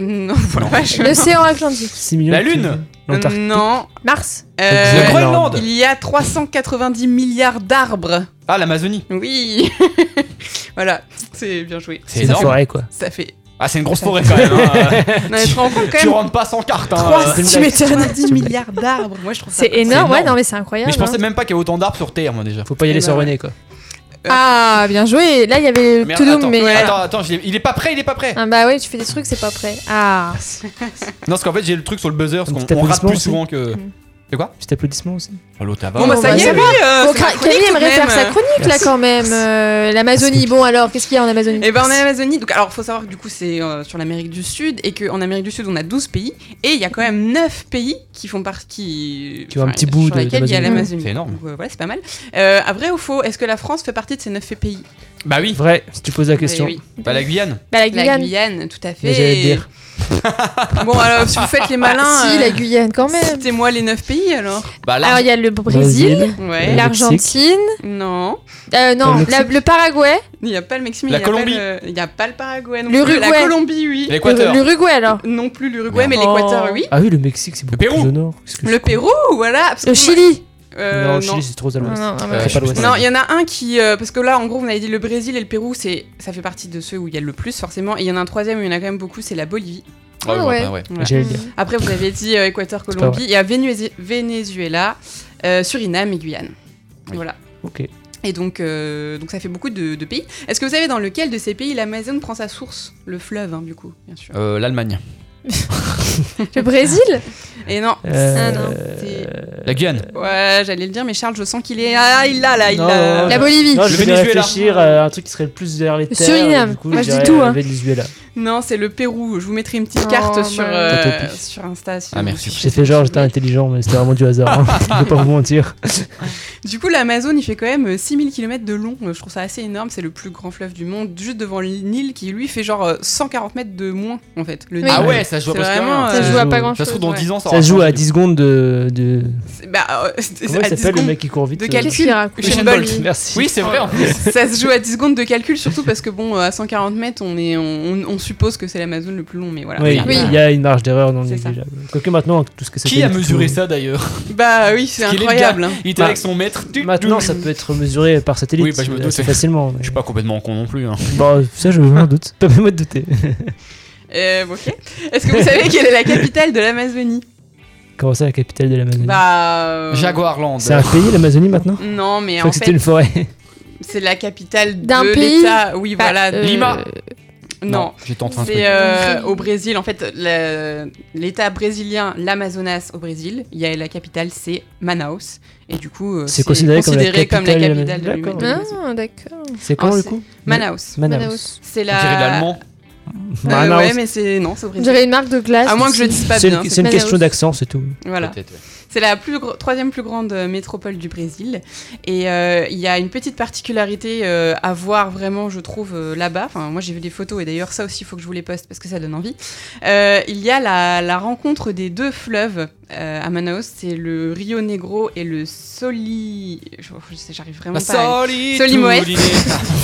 E: Non, voilà, je- Mm.
B: l'océan Atlantique.
C: 6 millions
A: La
C: de-
A: Lune.
C: L'Antarctique.
E: Non.
B: Mars.
E: Euh,
A: Le Groenland.
E: il y a 390 milliards d'arbres.
A: Ah, l'Amazonie.
E: Oui. voilà, c'est bien joué.
A: C'est
C: C'est la
A: énorme.
C: forêt, quoi.
E: Ça fait.
A: Ah, c'est une grosse forêt quand même. hein.
E: Non, mais tu te rends compte quand
A: tu
E: même
A: rentres pas sans carte. hein.
C: c'est une
B: Tu
C: blague.
B: m'étonnes.
C: C'est
E: 310
C: une blague.
E: milliards d'arbres. Moi, je trouve ça.
B: C'est énorme, ouais,
A: énorme.
B: non mais c'est incroyable.
A: Mais je pensais
B: hein.
A: même pas qu'il y avait autant d'arbres sur Terre, moi déjà.
C: Faut pas y aller sur René, quoi.
B: Ah, bien joué. Là, il y avait
A: Mais
B: tout
A: attends,
B: doux, mais.
A: attends, attends, je l'ai- il est pas prêt, il est pas prêt.
B: Ah bah ouais, tu fais des trucs, c'est pas prêt. Ah,
A: Non, parce qu'en fait, j'ai le truc sur le buzzer, parce
C: Un
A: qu'on
C: petit
A: on rate
C: applaudissement
A: plus
C: aussi.
A: souvent que.
B: Mm.
A: C'est quoi
C: Petit applaudissement aussi.
A: Oh, l'autre là-bas.
E: Bon, bah, ça
B: bah,
E: y
B: ça
E: est,
B: va.
E: lui, euh,
B: Bon,
E: c'est la
B: Cra-
E: chronique
B: Camille
E: tout de
B: aimerait
E: même.
B: faire sa chronique là quand même. Euh, L'Amazonie, bon alors, qu'est-ce qu'il y a en Amazonie
E: Eh ben en Amazonie, donc alors faut savoir que du coup c'est euh, sur l'Amérique du Sud et qu'en Amérique du Sud on a 12 pays et il y a quand même 9 pays qui font partie
C: Qui ont un petit
E: sur
C: bout de-
E: lesquels il y a
C: d'Amazonie.
E: l'Amazonie.
A: C'est énorme.
E: Donc, euh, voilà, c'est pas mal. Euh, à vrai ou faux, est-ce que la France fait partie de ces 9 pays
A: Bah oui,
C: Vrai, si tu poses la question.
E: Eh oui.
A: bah la Guyane.
B: Bah, la
E: La
B: Guyane.
E: Guyane, tout à fait.
C: Mais
B: Eh.
C: j'allais dire.
E: bon alors si vous faites les malins,
B: Bah, si,
E: euh,
B: la Guyane quand même.
E: citez-moi les 9 pays alors.
A: Bah là.
B: Alors il y a le Brésil,
C: Brésil,
E: Ouais.
C: Là.
B: l'Argentine,
E: Non,
B: euh, non,
C: Le
B: la-
C: Mexique.
B: le Paraguay,
E: il n'y a pas le Mexique, mais
A: La
E: il y a pas
A: Colombie.
E: le- il n'y a pas le Paraguay. non
B: L'Uruguay.
E: plus. La Colombie, oui.
A: L'Équateur.
B: Euh, l'Uruguay alors.
E: Non plus l'Uruguay, mais
C: Oh.
E: l'Équateur, oui.
C: Ah oui, le Mexique, c'est beaucoup
A: Pérou.
C: plus au nord. Qu'est-ce que je
E: Le
C: crois
E: Pérou, voilà. parce que
B: Le
E: moi-
B: Chili.
E: Euh,
C: Non, le
E: non.
C: Chili, c'est trop à
B: Non,
C: l'ouest.
B: non, non,
A: Euh,
B: non.
A: je sais
C: pas l'Ouest.
A: plus.
E: Non, il y en a un qui. euh, parce que là, en gros, vous avez dit le Brésil et le Pérou, c'est ça fait partie de ceux où il y a le plus, forcément. Et il y en a un troisième où il y en a quand même beaucoup, c'est la Bolivie.
A: Ah
B: Ah
A: ouais,
B: ouais.
A: ouais.
E: Voilà.
C: bah J'allais le dire.
E: Après, vous avez dit euh, Équateur,
C: pas
E: Colombie. Il y a Vénézu- Venezuela, euh, Suriname et Guyane. Voilà.
C: Ok.
E: Et donc, euh, donc ça fait beaucoup de, de pays. Est-ce que vous savez dans lequel de ces pays l'Amazone prend sa source Le fleuve, hein, du coup, bien sûr.
A: Euh, L'Allemagne.
B: Le Brésil
E: Et non.
C: Euh,
E: non.
A: La Guyane.
E: Ouais, j'allais le dire, mais Charles, je sens qu'il est. Ah, il l'a là, il
C: Non.
E: l'a.
B: La Bolivie.
C: Non, je
A: Le
C: vais
A: Venezuela.
C: réfléchir à un truc qui serait le plus vers les terres.
B: Suriname.
C: et Du coup,
B: Moi, je
C: dirais,
B: dis tout,
C: euh,
B: hein.
C: Venezuela.
E: Non, c'est le Pérou. Je vous mettrai une petite
B: Oh,
E: carte sur,
B: mince.
E: euh,
C: Tant pis.
E: sur Insta. si
A: Ah,
E: vous-
A: merci.
E: si
C: J'ai fait genre, j'étais intelligent, mais c'était vraiment du hasard. hein. Je vais pas vous mentir.
E: Du coup, l'Amazone, il fait quand même euh, 6000 km de long. Euh, Je trouve ça assez énorme. C'est le plus grand fleuve du monde, juste devant le Nil, qui lui fait genre euh, 140 mètres de moins, en fait. Le
B: Oui.
E: Nil.
A: Ah ouais, ça se joue à
E: C'est
A: presque
E: vraiment,
A: rien.
B: Ça
E: euh,
B: se joue à pas
C: joue-
B: grand
A: Ça
B: chose.
A: se trouve dans 10 ans, ça
C: Ça se joue
A: aura
C: à
A: changé.
C: 10 secondes de. de...
E: c'est- Bah, euh, c'est-
C: Comment
E: à
C: il
E: 10
C: s'appelle le
E: secondes-
C: mec qui court vite
E: de
C: euh,
E: quel-
B: Qu'est-ce qu'il raconte
E: Usain
A: Bolt.
E: Bolt.
C: Merci. Oh
A: Oui, c'est vrai en plus.
E: Ça se joue à 10 secondes de calcul, surtout parce que bon, euh, à 140 mètres, on, est, on, on- on suppose que c'est l'Amazone le plus long, mais voilà.
C: Oui,
B: Oui.
C: il y a une marge d'erreur non
E: C'est ça.
C: négligeable. Quoique maintenant, tout ce que ça
A: Qui
C: fait,
A: a
C: tout-
A: mesuré ça d'ailleurs
E: Bah oui, c'est
A: Parce qu'il est
E: incroyable. hein.
A: Il était
C: Bah,
A: avec son maître. Tu-
C: Maintenant,
A: tu-
C: ça peut être mesuré par satellite euh,
A: Oui, bah, je me
C: assez
A: doutais.
C: facilement. mais-
A: Je suis pas complètement con non plus. hein.
C: Bon, Bah, ça, je m'en doute. Pas même de douter.
E: Euh, ok. Est-ce que vous savez quelle est la capitale de l'Amazonie
C: Comment ça, la capitale de l'Amazonie
E: Bah. euh,
A: Jaguarland.
C: C'est un pays, l'Amazonie, maintenant
E: Non, mais
C: Je
E: en
C: crois que c'était
E: fait,
C: une forêt.
E: c'est la capitale
B: D'un
E: de
B: pays
E: l'État. Oui, voilà.
B: euh,
A: Lima.
E: Non.
A: J'étais en train de.
E: C'est
B: truc.
E: euh, au Brésil, en fait, le- l'État brésilien, l'Amazonas au Brésil, il y a la capitale, c'est Manaus, et du coup, euh,
C: C'est considéré comme la
E: considéré comme la
C: capitale- euh,
E: capitale de
C: D'accord.
E: l'Uruguay.
B: Ah, d'accord.
C: C'est
E: Ah,
C: quand le
E: c'est-
C: coup
E: Manaus.
C: Manaus.
E: C'est
A: On dirait
E: la.
A: l'allemand.
E: Euh,
C: Manaus.
E: ouais, mais c'est non, c'est au
B: On
E: Brésil.
B: dirait une marque de glace.
E: À moins que je dise pas
C: Ah C'est
E: bien.
C: une,
E: c'est-
C: c'est une
B: Manaus.
C: question d'accent, c'est tout.
E: Voilà.
A: Peut-être, ouais.
E: C'est la plus gro- troisième plus grande euh, métropole du Brésil. Et euh, il y a une petite particularité euh, à voir vraiment, je trouve, euh, là-bas. Enfin, moi, j'ai vu des photos et d'ailleurs, ça aussi, il faut que je vous les poste parce que ça donne envie. Euh, il y a la, la rencontre des deux fleuves euh, à Manaus. C'est le Rio Negro et le Soli... je- je sais, J'arrive vraiment
A: La
E: pas à-
A: solitude.
E: Solimoès.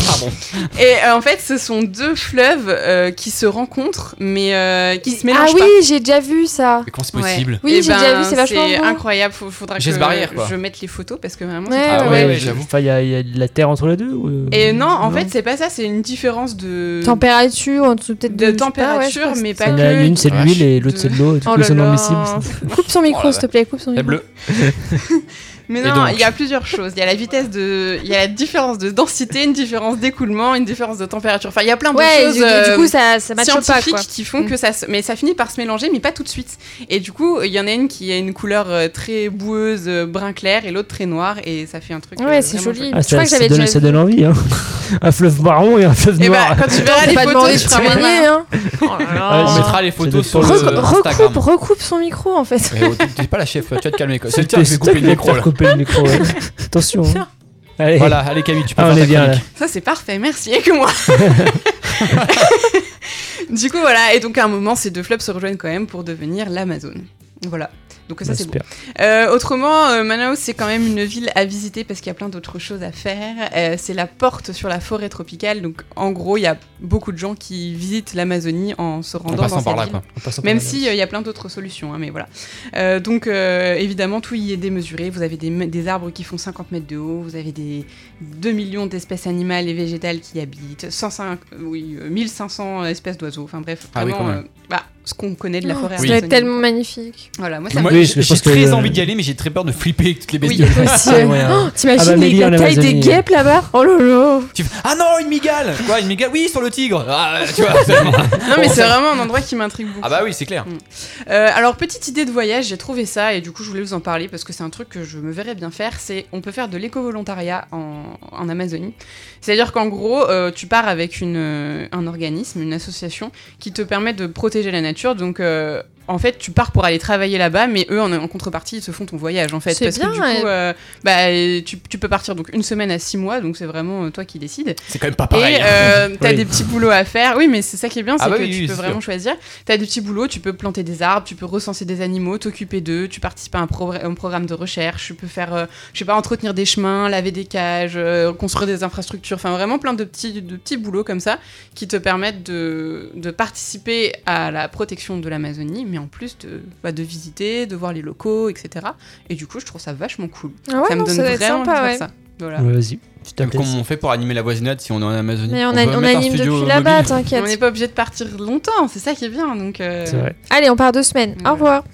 A: Ah bon.
E: Et euh, en fait, ce sont deux fleuves euh, qui se rencontrent, mais euh, qui se
B: Ah
E: mélangent pas.
B: oui, j'ai déjà vu ça.
A: Mais quand c'est
E: Ouais.
A: possible
B: Oui,
E: Eh
B: j'ai déjà vu, c'est vachement
E: C'est
B: beau.
E: incroyable, faut- faudra que
A: Geste barrière, quoi.
E: je mette les photos parce que vraiment,
B: Ouais,
E: c'est
B: ouais,
A: Ah
B: ouais.
A: ouais, ouais,
C: je-
A: j'avoue.
C: Enfin, il y, a- il y a de la terre entre les deux ou-
E: Et non, en fait, c'est pas ça, c'est une différence de.
B: Température, en dessous peut-être
E: de
B: je sais pas, ouais, je
E: température,
B: crois que
E: mais
B: c'est
E: pas
C: Il y en a
E: que.
C: une, c'est de
A: Vache.
C: l'huile et l'autre, c'est de l'eau. et Du
B: Oh
C: coup,
B: là
C: c'est non
B: là.
C: miscible.
B: Coupe son
A: Oh
B: micro,
A: la
B: s'il te plaît, coupe son
A: La
B: micro.
A: bleue.
E: Mais
A: Et
E: non,
A: donc
E: il y a plusieurs choses. Il y a la vitesse de. Il y a la différence de densité, une différence d'écoulement, une différence de température. Enfin, il y a plein de
B: Ouais,
E: choses.
B: du, du
E: euh,
B: coup, ça, ça matche pas,
E: scientifiques
B: quoi. Mm.
E: qui font que ça se- mais ça finit par se mélanger mais pas tout de suite et du coup il y en a une qui a une couleur euh, très boueuse euh, brun clair et l'autre très noire et ça fait un truc
B: Ouais,
E: euh,
B: c'est
E: vraiment
B: joli.
C: Ah,
B: Je crois
C: ça,
B: que
C: ça
B: j'avais
C: donne,
B: déjà
C: ça
B: vu.
C: donne envie. Hein. Un fleuve marron et un fleuve
E: et
C: noir.
E: bah quand tu verras
B: T'as
E: les
B: pas
E: photos
B: demandé
E: tu
B: de
E: feras
B: se
E: malin.
B: baigner, hein.
C: Ah,
A: On
C: c'est-
A: mettra les
C: doit
A: photos
C: être
A: sur
C: pour
A: le
C: le-
B: Recou-
A: Instagram.
B: Recoupe, recoupe son micro, en fait.
C: Eh
A: Mais oh, t'es- T'es pas la chef, tu vas te calmer. quoi. C'est le
C: C'est
A: tien qui fait
C: toi
A: couper
C: qui
A: le
C: vas
A: micro
C: faire
A: là.
C: couper le micro, ouais. Attention. hein. Allez.
A: Voilà, allez Camille, tu peux
C: Ah, on
A: faire ta
C: est bien là.
A: chronique.
E: Ça, c'est parfait, merci. Et que moi Du coup, voilà. Et donc, à un moment, ces deux fleuves se rejoignent quand même pour devenir l'Amazon. Voilà. Donc, ça, c'est beau.
C: Super.
E: Euh, autrement, euh, Manaus, c'est quand même une ville à visiter parce qu'il y a plein d'autres choses à faire. Euh, c'est la porte sur la forêt tropicale. Donc, en gros, il y a beaucoup de gens qui visitent l'Amazonie en se
A: En
E: rendant dans
A: passant
E: cette
A: par là
E: ville.
A: quoi.
C: En passant par
E: Même
C: là.
E: si euh, il y a plein d'autres solutions, hein, mais voilà. Euh, donc euh, évidemment, tout y est démesuré. Vous avez des, m- des arbres qui font 50 mètres de haut, vous avez des 2 millions d'espèces animales et végétales qui y habitent, 105, oui, euh, 1500 espèces d'oiseaux. Enfin bref,
A: Ah oui,
E: vraiment,
A: quand même.
E: euh, bah, ce qu'on connaît de la forêt.
B: Oh, Ça doit être
E: amazonienne.
B: tellement magnifique.
E: Voilà, moi, ça
A: Moi,
E: me-
C: Oui,
A: j'ai
C: je pense
A: j'ai très
C: que-
A: envie d'y aller, mais j'ai très peur de flipper avec toutes les
E: Oui.
A: bestioles.
B: Aussi,
C: Ouais,
B: euh,
C: ouais, ouais.
B: oh,
C: Ah bah,
B: T'imagines
C: Mélie,
B: les-
C: en
B: la taille des
C: Amazonie.
B: guêpes là-bas Oh lolo
A: Tu fais, ah non, une migale Quoi, une migale Oui, sur le tigre Ah, tu vois, c'est-
E: Non, mais c'est vraiment un endroit qui m'intrigue beaucoup.
A: ah bah oui, c'est clair.
E: Euh, alors, petite idée de voyage, j'ai trouvé ça et du coup, je voulais vous en parler parce que c'est un truc que je me verrais bien faire. C'est on peut faire de l'éco-volontariat en, en Amazonie. C'est-à-dire qu'en gros, euh, tu pars avec une, euh, un organisme, une association qui te permet de protéger la nature. Donc, euh, en fait, tu pars pour aller travailler là-bas, mais eux, en, en contrepartie, ils se font ton voyage en fait.
B: C'est
E: parce
B: bien,
E: que du
B: ouais.
E: coup, euh, bah, tu, tu peux partir donc une semaine à six mois, donc c'est vraiment euh, toi qui décides.
A: C'est quand même pas pareil. hein.
E: Et euh, t'as
C: Oui.
E: des petits boulots à faire. Oui, mais c'est ça qui est bien, c'est
A: Ah bah
E: que
A: oui,
E: tu
A: oui,
E: peux
A: c'est
E: vraiment choisir. T'as des petits boulots, tu peux planter des arbres, tu peux recenser des animaux, t'occuper d'eux, tu participes à un, progr- un programme de recherche, tu peux faire, euh, je sais pas, entretenir des chemins, laver des cages, euh, construire des infrastructures. Enfin, vraiment plein de petits, de petits boulots comme ça qui te permettent de, de participer à la protection de l'Amazonie, mais en plus de, bah, de visiter, de voir les locaux, etc. Et du coup, je trouve ça vachement cool.
B: Ah ouais,
E: ça me
B: non,
E: donne
B: ça doit être
E: vraiment envie
B: sympa,
E: de faire
B: ouais.
E: ça. Voilà.
C: Ouais, Vas-y, tu
A: Comme
C: t'appelles.
A: on fait pour animer la voisinade si on est en Amazonie
B: Mais on,
A: peut
B: a-
A: mettre
B: on
A: un
B: anime
A: studio
B: depuis
A: mobile.
B: là-bas,
E: On n'est
B: t'inquiète.
E: pas obligé de partir longtemps, c'est ça qui est bien. Donc, euh,
C: C'est vrai.
B: Allez, on part deux semaines.
E: Ouais.
B: Au revoir.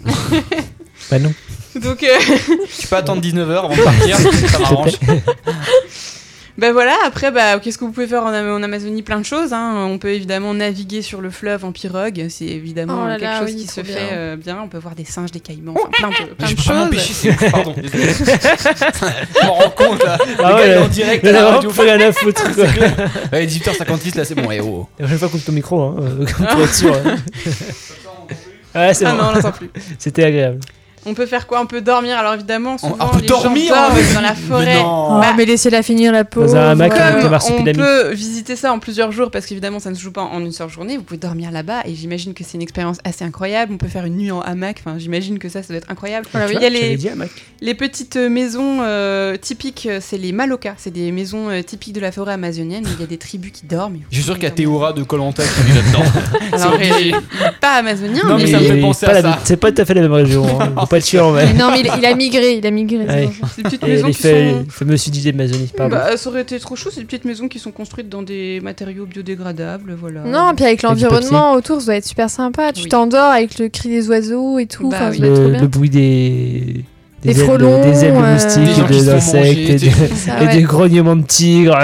C: Bah non.
E: donc euh,
A: Tu peux attendre 19h avant de partir, ça m'arrange.
E: Ben voilà, après, bah, qu'est-ce que vous pouvez faire en, Am- en Amazonie Plein de choses. hein. On peut évidemment naviguer sur le fleuve en pirogue. C'est évidemment
B: Oh là
E: quelque
B: là,
E: chose
B: oui,
E: qui se
B: trop bien. Oh,
E: fait euh, bien. On peut voir des singes, des caïmans, enfin, plein de, plein
A: Je
E: de
A: peux pas m'empêcher,
E: choses.
A: c'est ouf, pardon. désolé. Je m'en rends compte là.
C: Ah
A: le gars, il est
C: ouais,
A: en direct
C: il
A: à
C: a
A: la
C: vraiment
A: radio.
C: plus rien à foutre, quoi.
A: Allez, 18h56 là, c'est bon. Eh oh.
C: La prochaine fois, coupe ton micro, hein, euh,
A: Ah.
C: comme pour être sûr. hein. Ouais, c'est
E: Ah non,
C: bon.
E: on l'entend plus.
C: C'était agréable.
E: On peut faire quoi On peut dormir. Alors évidemment, souvent,
A: on peut
E: les gens
A: dormir en
E: dorment
A: Amazonie
E: dans la forêt. Bah,
A: non.
B: Oh, mais laissez-la finir la peau.
C: hein. Dans un hamac avec des
E: Comme on
C: marsupilami.
E: peut visiter ça en plusieurs jours, parce qu'évidemment ça ne se joue pas en une seule journée, vous pouvez dormir là-bas et j'imagine que c'est une expérience assez incroyable. On peut faire une nuit en hamac, enfin j'imagine que ça, ça doit être incroyable.
C: Tu
E: Il
C: vois,
E: y a
C: j'avais
E: les
C: dit à Mac.
E: Les petites maisons euh, typiques, euh, c'est les malocas. C'est des maisons euh, typiques de la forêt amazonienne. où Il y a des tribus qui dorment.
A: Je suis sûr qu'il y a Théora de Colanta qui est déjà dedans.
E: Alors, il est pas amazonien,
A: Non,
E: mais,
A: mais ça me fait
C: il est
A: penser
C: pas
A: à
C: la-
A: ça.
C: C'est pas tout à fait la même région. hein. Faut pas être chiant, mais.
B: Mais Non, mais il, il a migré, il a migré. c'est
C: Ouais.
B: bon.
E: c'est des petites
C: Et
E: maisons
C: les
E: qui
C: faits,
E: sont.
C: le fameux sud de l'Amazonie, pardon.
E: Bah, ça aurait été trop chaud, c'est des petites maisons qui sont construites dans des matériaux biodégradables, voilà.
B: Non, puis avec
C: Euh, du
B: l'environnement autour, ça doit être super sympa. Tu
E: Oui.
B: t'endors avec le cri des oiseaux et tout.
E: Bah
B: enfin,
E: oui.
B: ça doit être trop
C: le,
B: bien.
C: le bruit des.
B: Des
C: ailes de-
B: frelons,
C: des ailes de
B: euh, Des
C: moustiques
B: gens
C: et
A: qui se
C: des
A: font
C: insectes
A: manger,
C: et, des,
B: Ça,
C: et
B: ouais.
C: des grognements de tigres.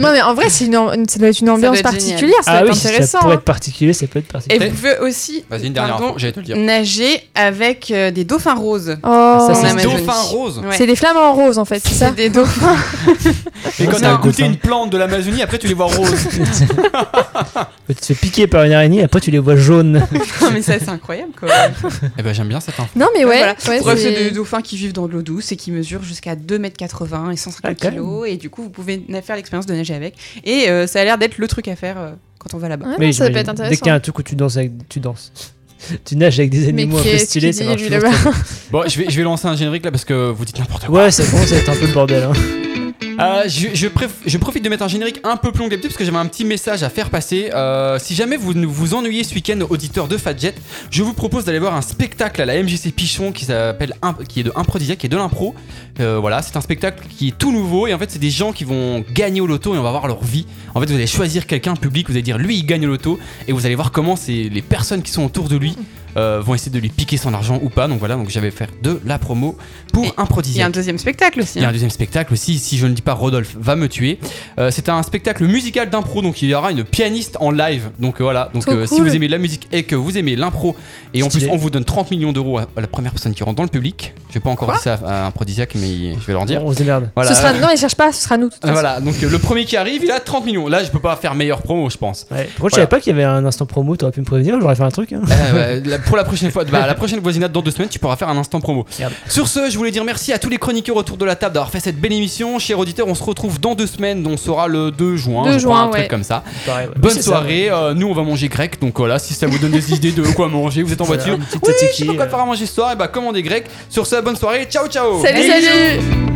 B: Non, mais en vrai, c'est une am- ça doit être une ambiance
E: être génial.
B: particulière. Ça
C: ah
B: doit
C: oui,
B: être
C: si
B: intéressant.
C: ça pourrait
B: hein.
C: être particulier, ça peut être particulier.
E: Et vous pouvez aussi
A: Vas-y, une dernière
E: pardon,
A: fois, j'allais te le dire.
E: nager avec euh, des dauphins roses.
B: Oh.
C: Ah, Ça,
E: en
C: c'est
A: Des
E: Amazonie.
A: dauphins roses.
E: Ouais.
B: C'est des flamants roses en fait, c'est ça
E: C'est des dauphins.
A: Et
C: Non,
A: quand
C: c'est
A: t'as
C: un
A: goûté
C: dauphin.
A: une plante de l'Amazonie, après tu les vois roses.
C: Tu te fais piquer par une araignée, après tu les vois jaunes.
E: Non, mais ça, c'est incroyable quoi.
A: Eh ben j'aime bien cette info.
B: Non, mais ouais.
E: Ah, Voilà.
B: ouais,
E: Bref, c'est
B: c'est-
E: des dauphins qui vivent dans de l'eau douce et qui mesurent jusqu'à 2m80 et 150
C: Ah, quand
E: kg. Et du coup, vous pouvez na- faire l'expérience de nager avec. Et euh, ça a l'air d'être le truc à faire euh, quand on va là-bas.
B: Ouais, non,
C: Mais
B: ça peut
C: j'imagine,
B: être
C: Dès qu'il
B: intéressant.
C: y a un truc où tu danses, avec, tu danses. Tu nages avec des animaux un peu
B: qu'est-ce
C: stylés,
B: qu'il
C: ça
B: dit,
C: marche
B: lui,
C: toujours.
B: là-bas
A: Bon, je vais, je vais lancer un générique là parce que vous dites n'importe quoi.
C: Ouais, ça commence à être un peu le bordel. Hein.
A: Euh, je, je préf- je profite de mettre un générique un peu plus long que d'habitude parce que j'avais un petit message à faire passer. Euh, si jamais vous ne vous ennuyez ce week-end, auditeurs de Fadjet, je vous propose d'aller voir un spectacle à la MJC Pichon qui s'appelle Imp- qui est de Improdia, qui est de l'impro. Euh, voilà, c'est un spectacle qui est tout nouveau et en fait c'est des gens qui vont gagner au loto et on va voir leur vie. En fait, vous allez choisir quelqu'un public, vous allez dire lui il gagne au loto et vous allez voir comment c'est les personnes qui sont autour de lui. euh, vont essayer de lui piquer son argent ou pas donc voilà donc j'avais fait de la promo pour
E: Et- Il y a
A: Improdia
E: un deuxième spectacle aussi.
A: il y a
E: hein.
A: un deuxième spectacle aussi, si je ne dis pas Rodolphe va me tuer. Euh, c'est un spectacle musical d'impro, donc il y aura une pianiste en live. Donc euh, voilà, donc
B: Trop
A: euh, si
B: cool.
A: vous aimez la musique et que vous aimez l'impro, et en plus
C: Stylé.
A: on vous donne 30 millions d'euros à, à la première personne qui rentre dans le public. Je vais pas encore dit ça à un prodisiaque, mais je vais leur dire.
C: On se démerde.
A: Voilà.
B: Ce sera... Non, il cherche pas, ce sera nous. de toute
A: Euh,
B: façon.
A: voilà, donc euh, le premier qui arrive, il a 30 millions. Là, je peux pas faire meilleure promo, je pense.
C: Ouais. Pourquoi je savais pas qu'il y avait un instant promo, t'aurais pu me prévenir, j'aurais fait un truc. Hein.
A: Euh, ouais, la- pour la prochaine fois, bah, la prochaine voisinade dans deux semaines, tu pourras faire un instant promo.
C: Merde.
A: Sur ce, je voulais dire merci à tous les chroniqueurs autour de la table d'avoir fait cette belle émission. Chers auditeurs, on se retrouve dans deux semaines. On sera le 2 juin,
B: 2
A: je crois,
B: juin,
A: un truc
B: ouais.
A: comme ça.
C: Pareil, ouais.
A: Bonne
C: C'est ça,
A: soirée. euh, nous, on va manger grec. Donc voilà, si ça vous donne des idées de quoi manger, vous êtes en
C: Voilà,
A: voiture.
C: une petite
A: Oui, je
C: tzatziki,
A: sais pas quoi
C: euh.
A: faire à manger ce soir. Et bah, commandez grec. Sur ce, bonne soirée. Ciao, ciao.
B: Salut, salut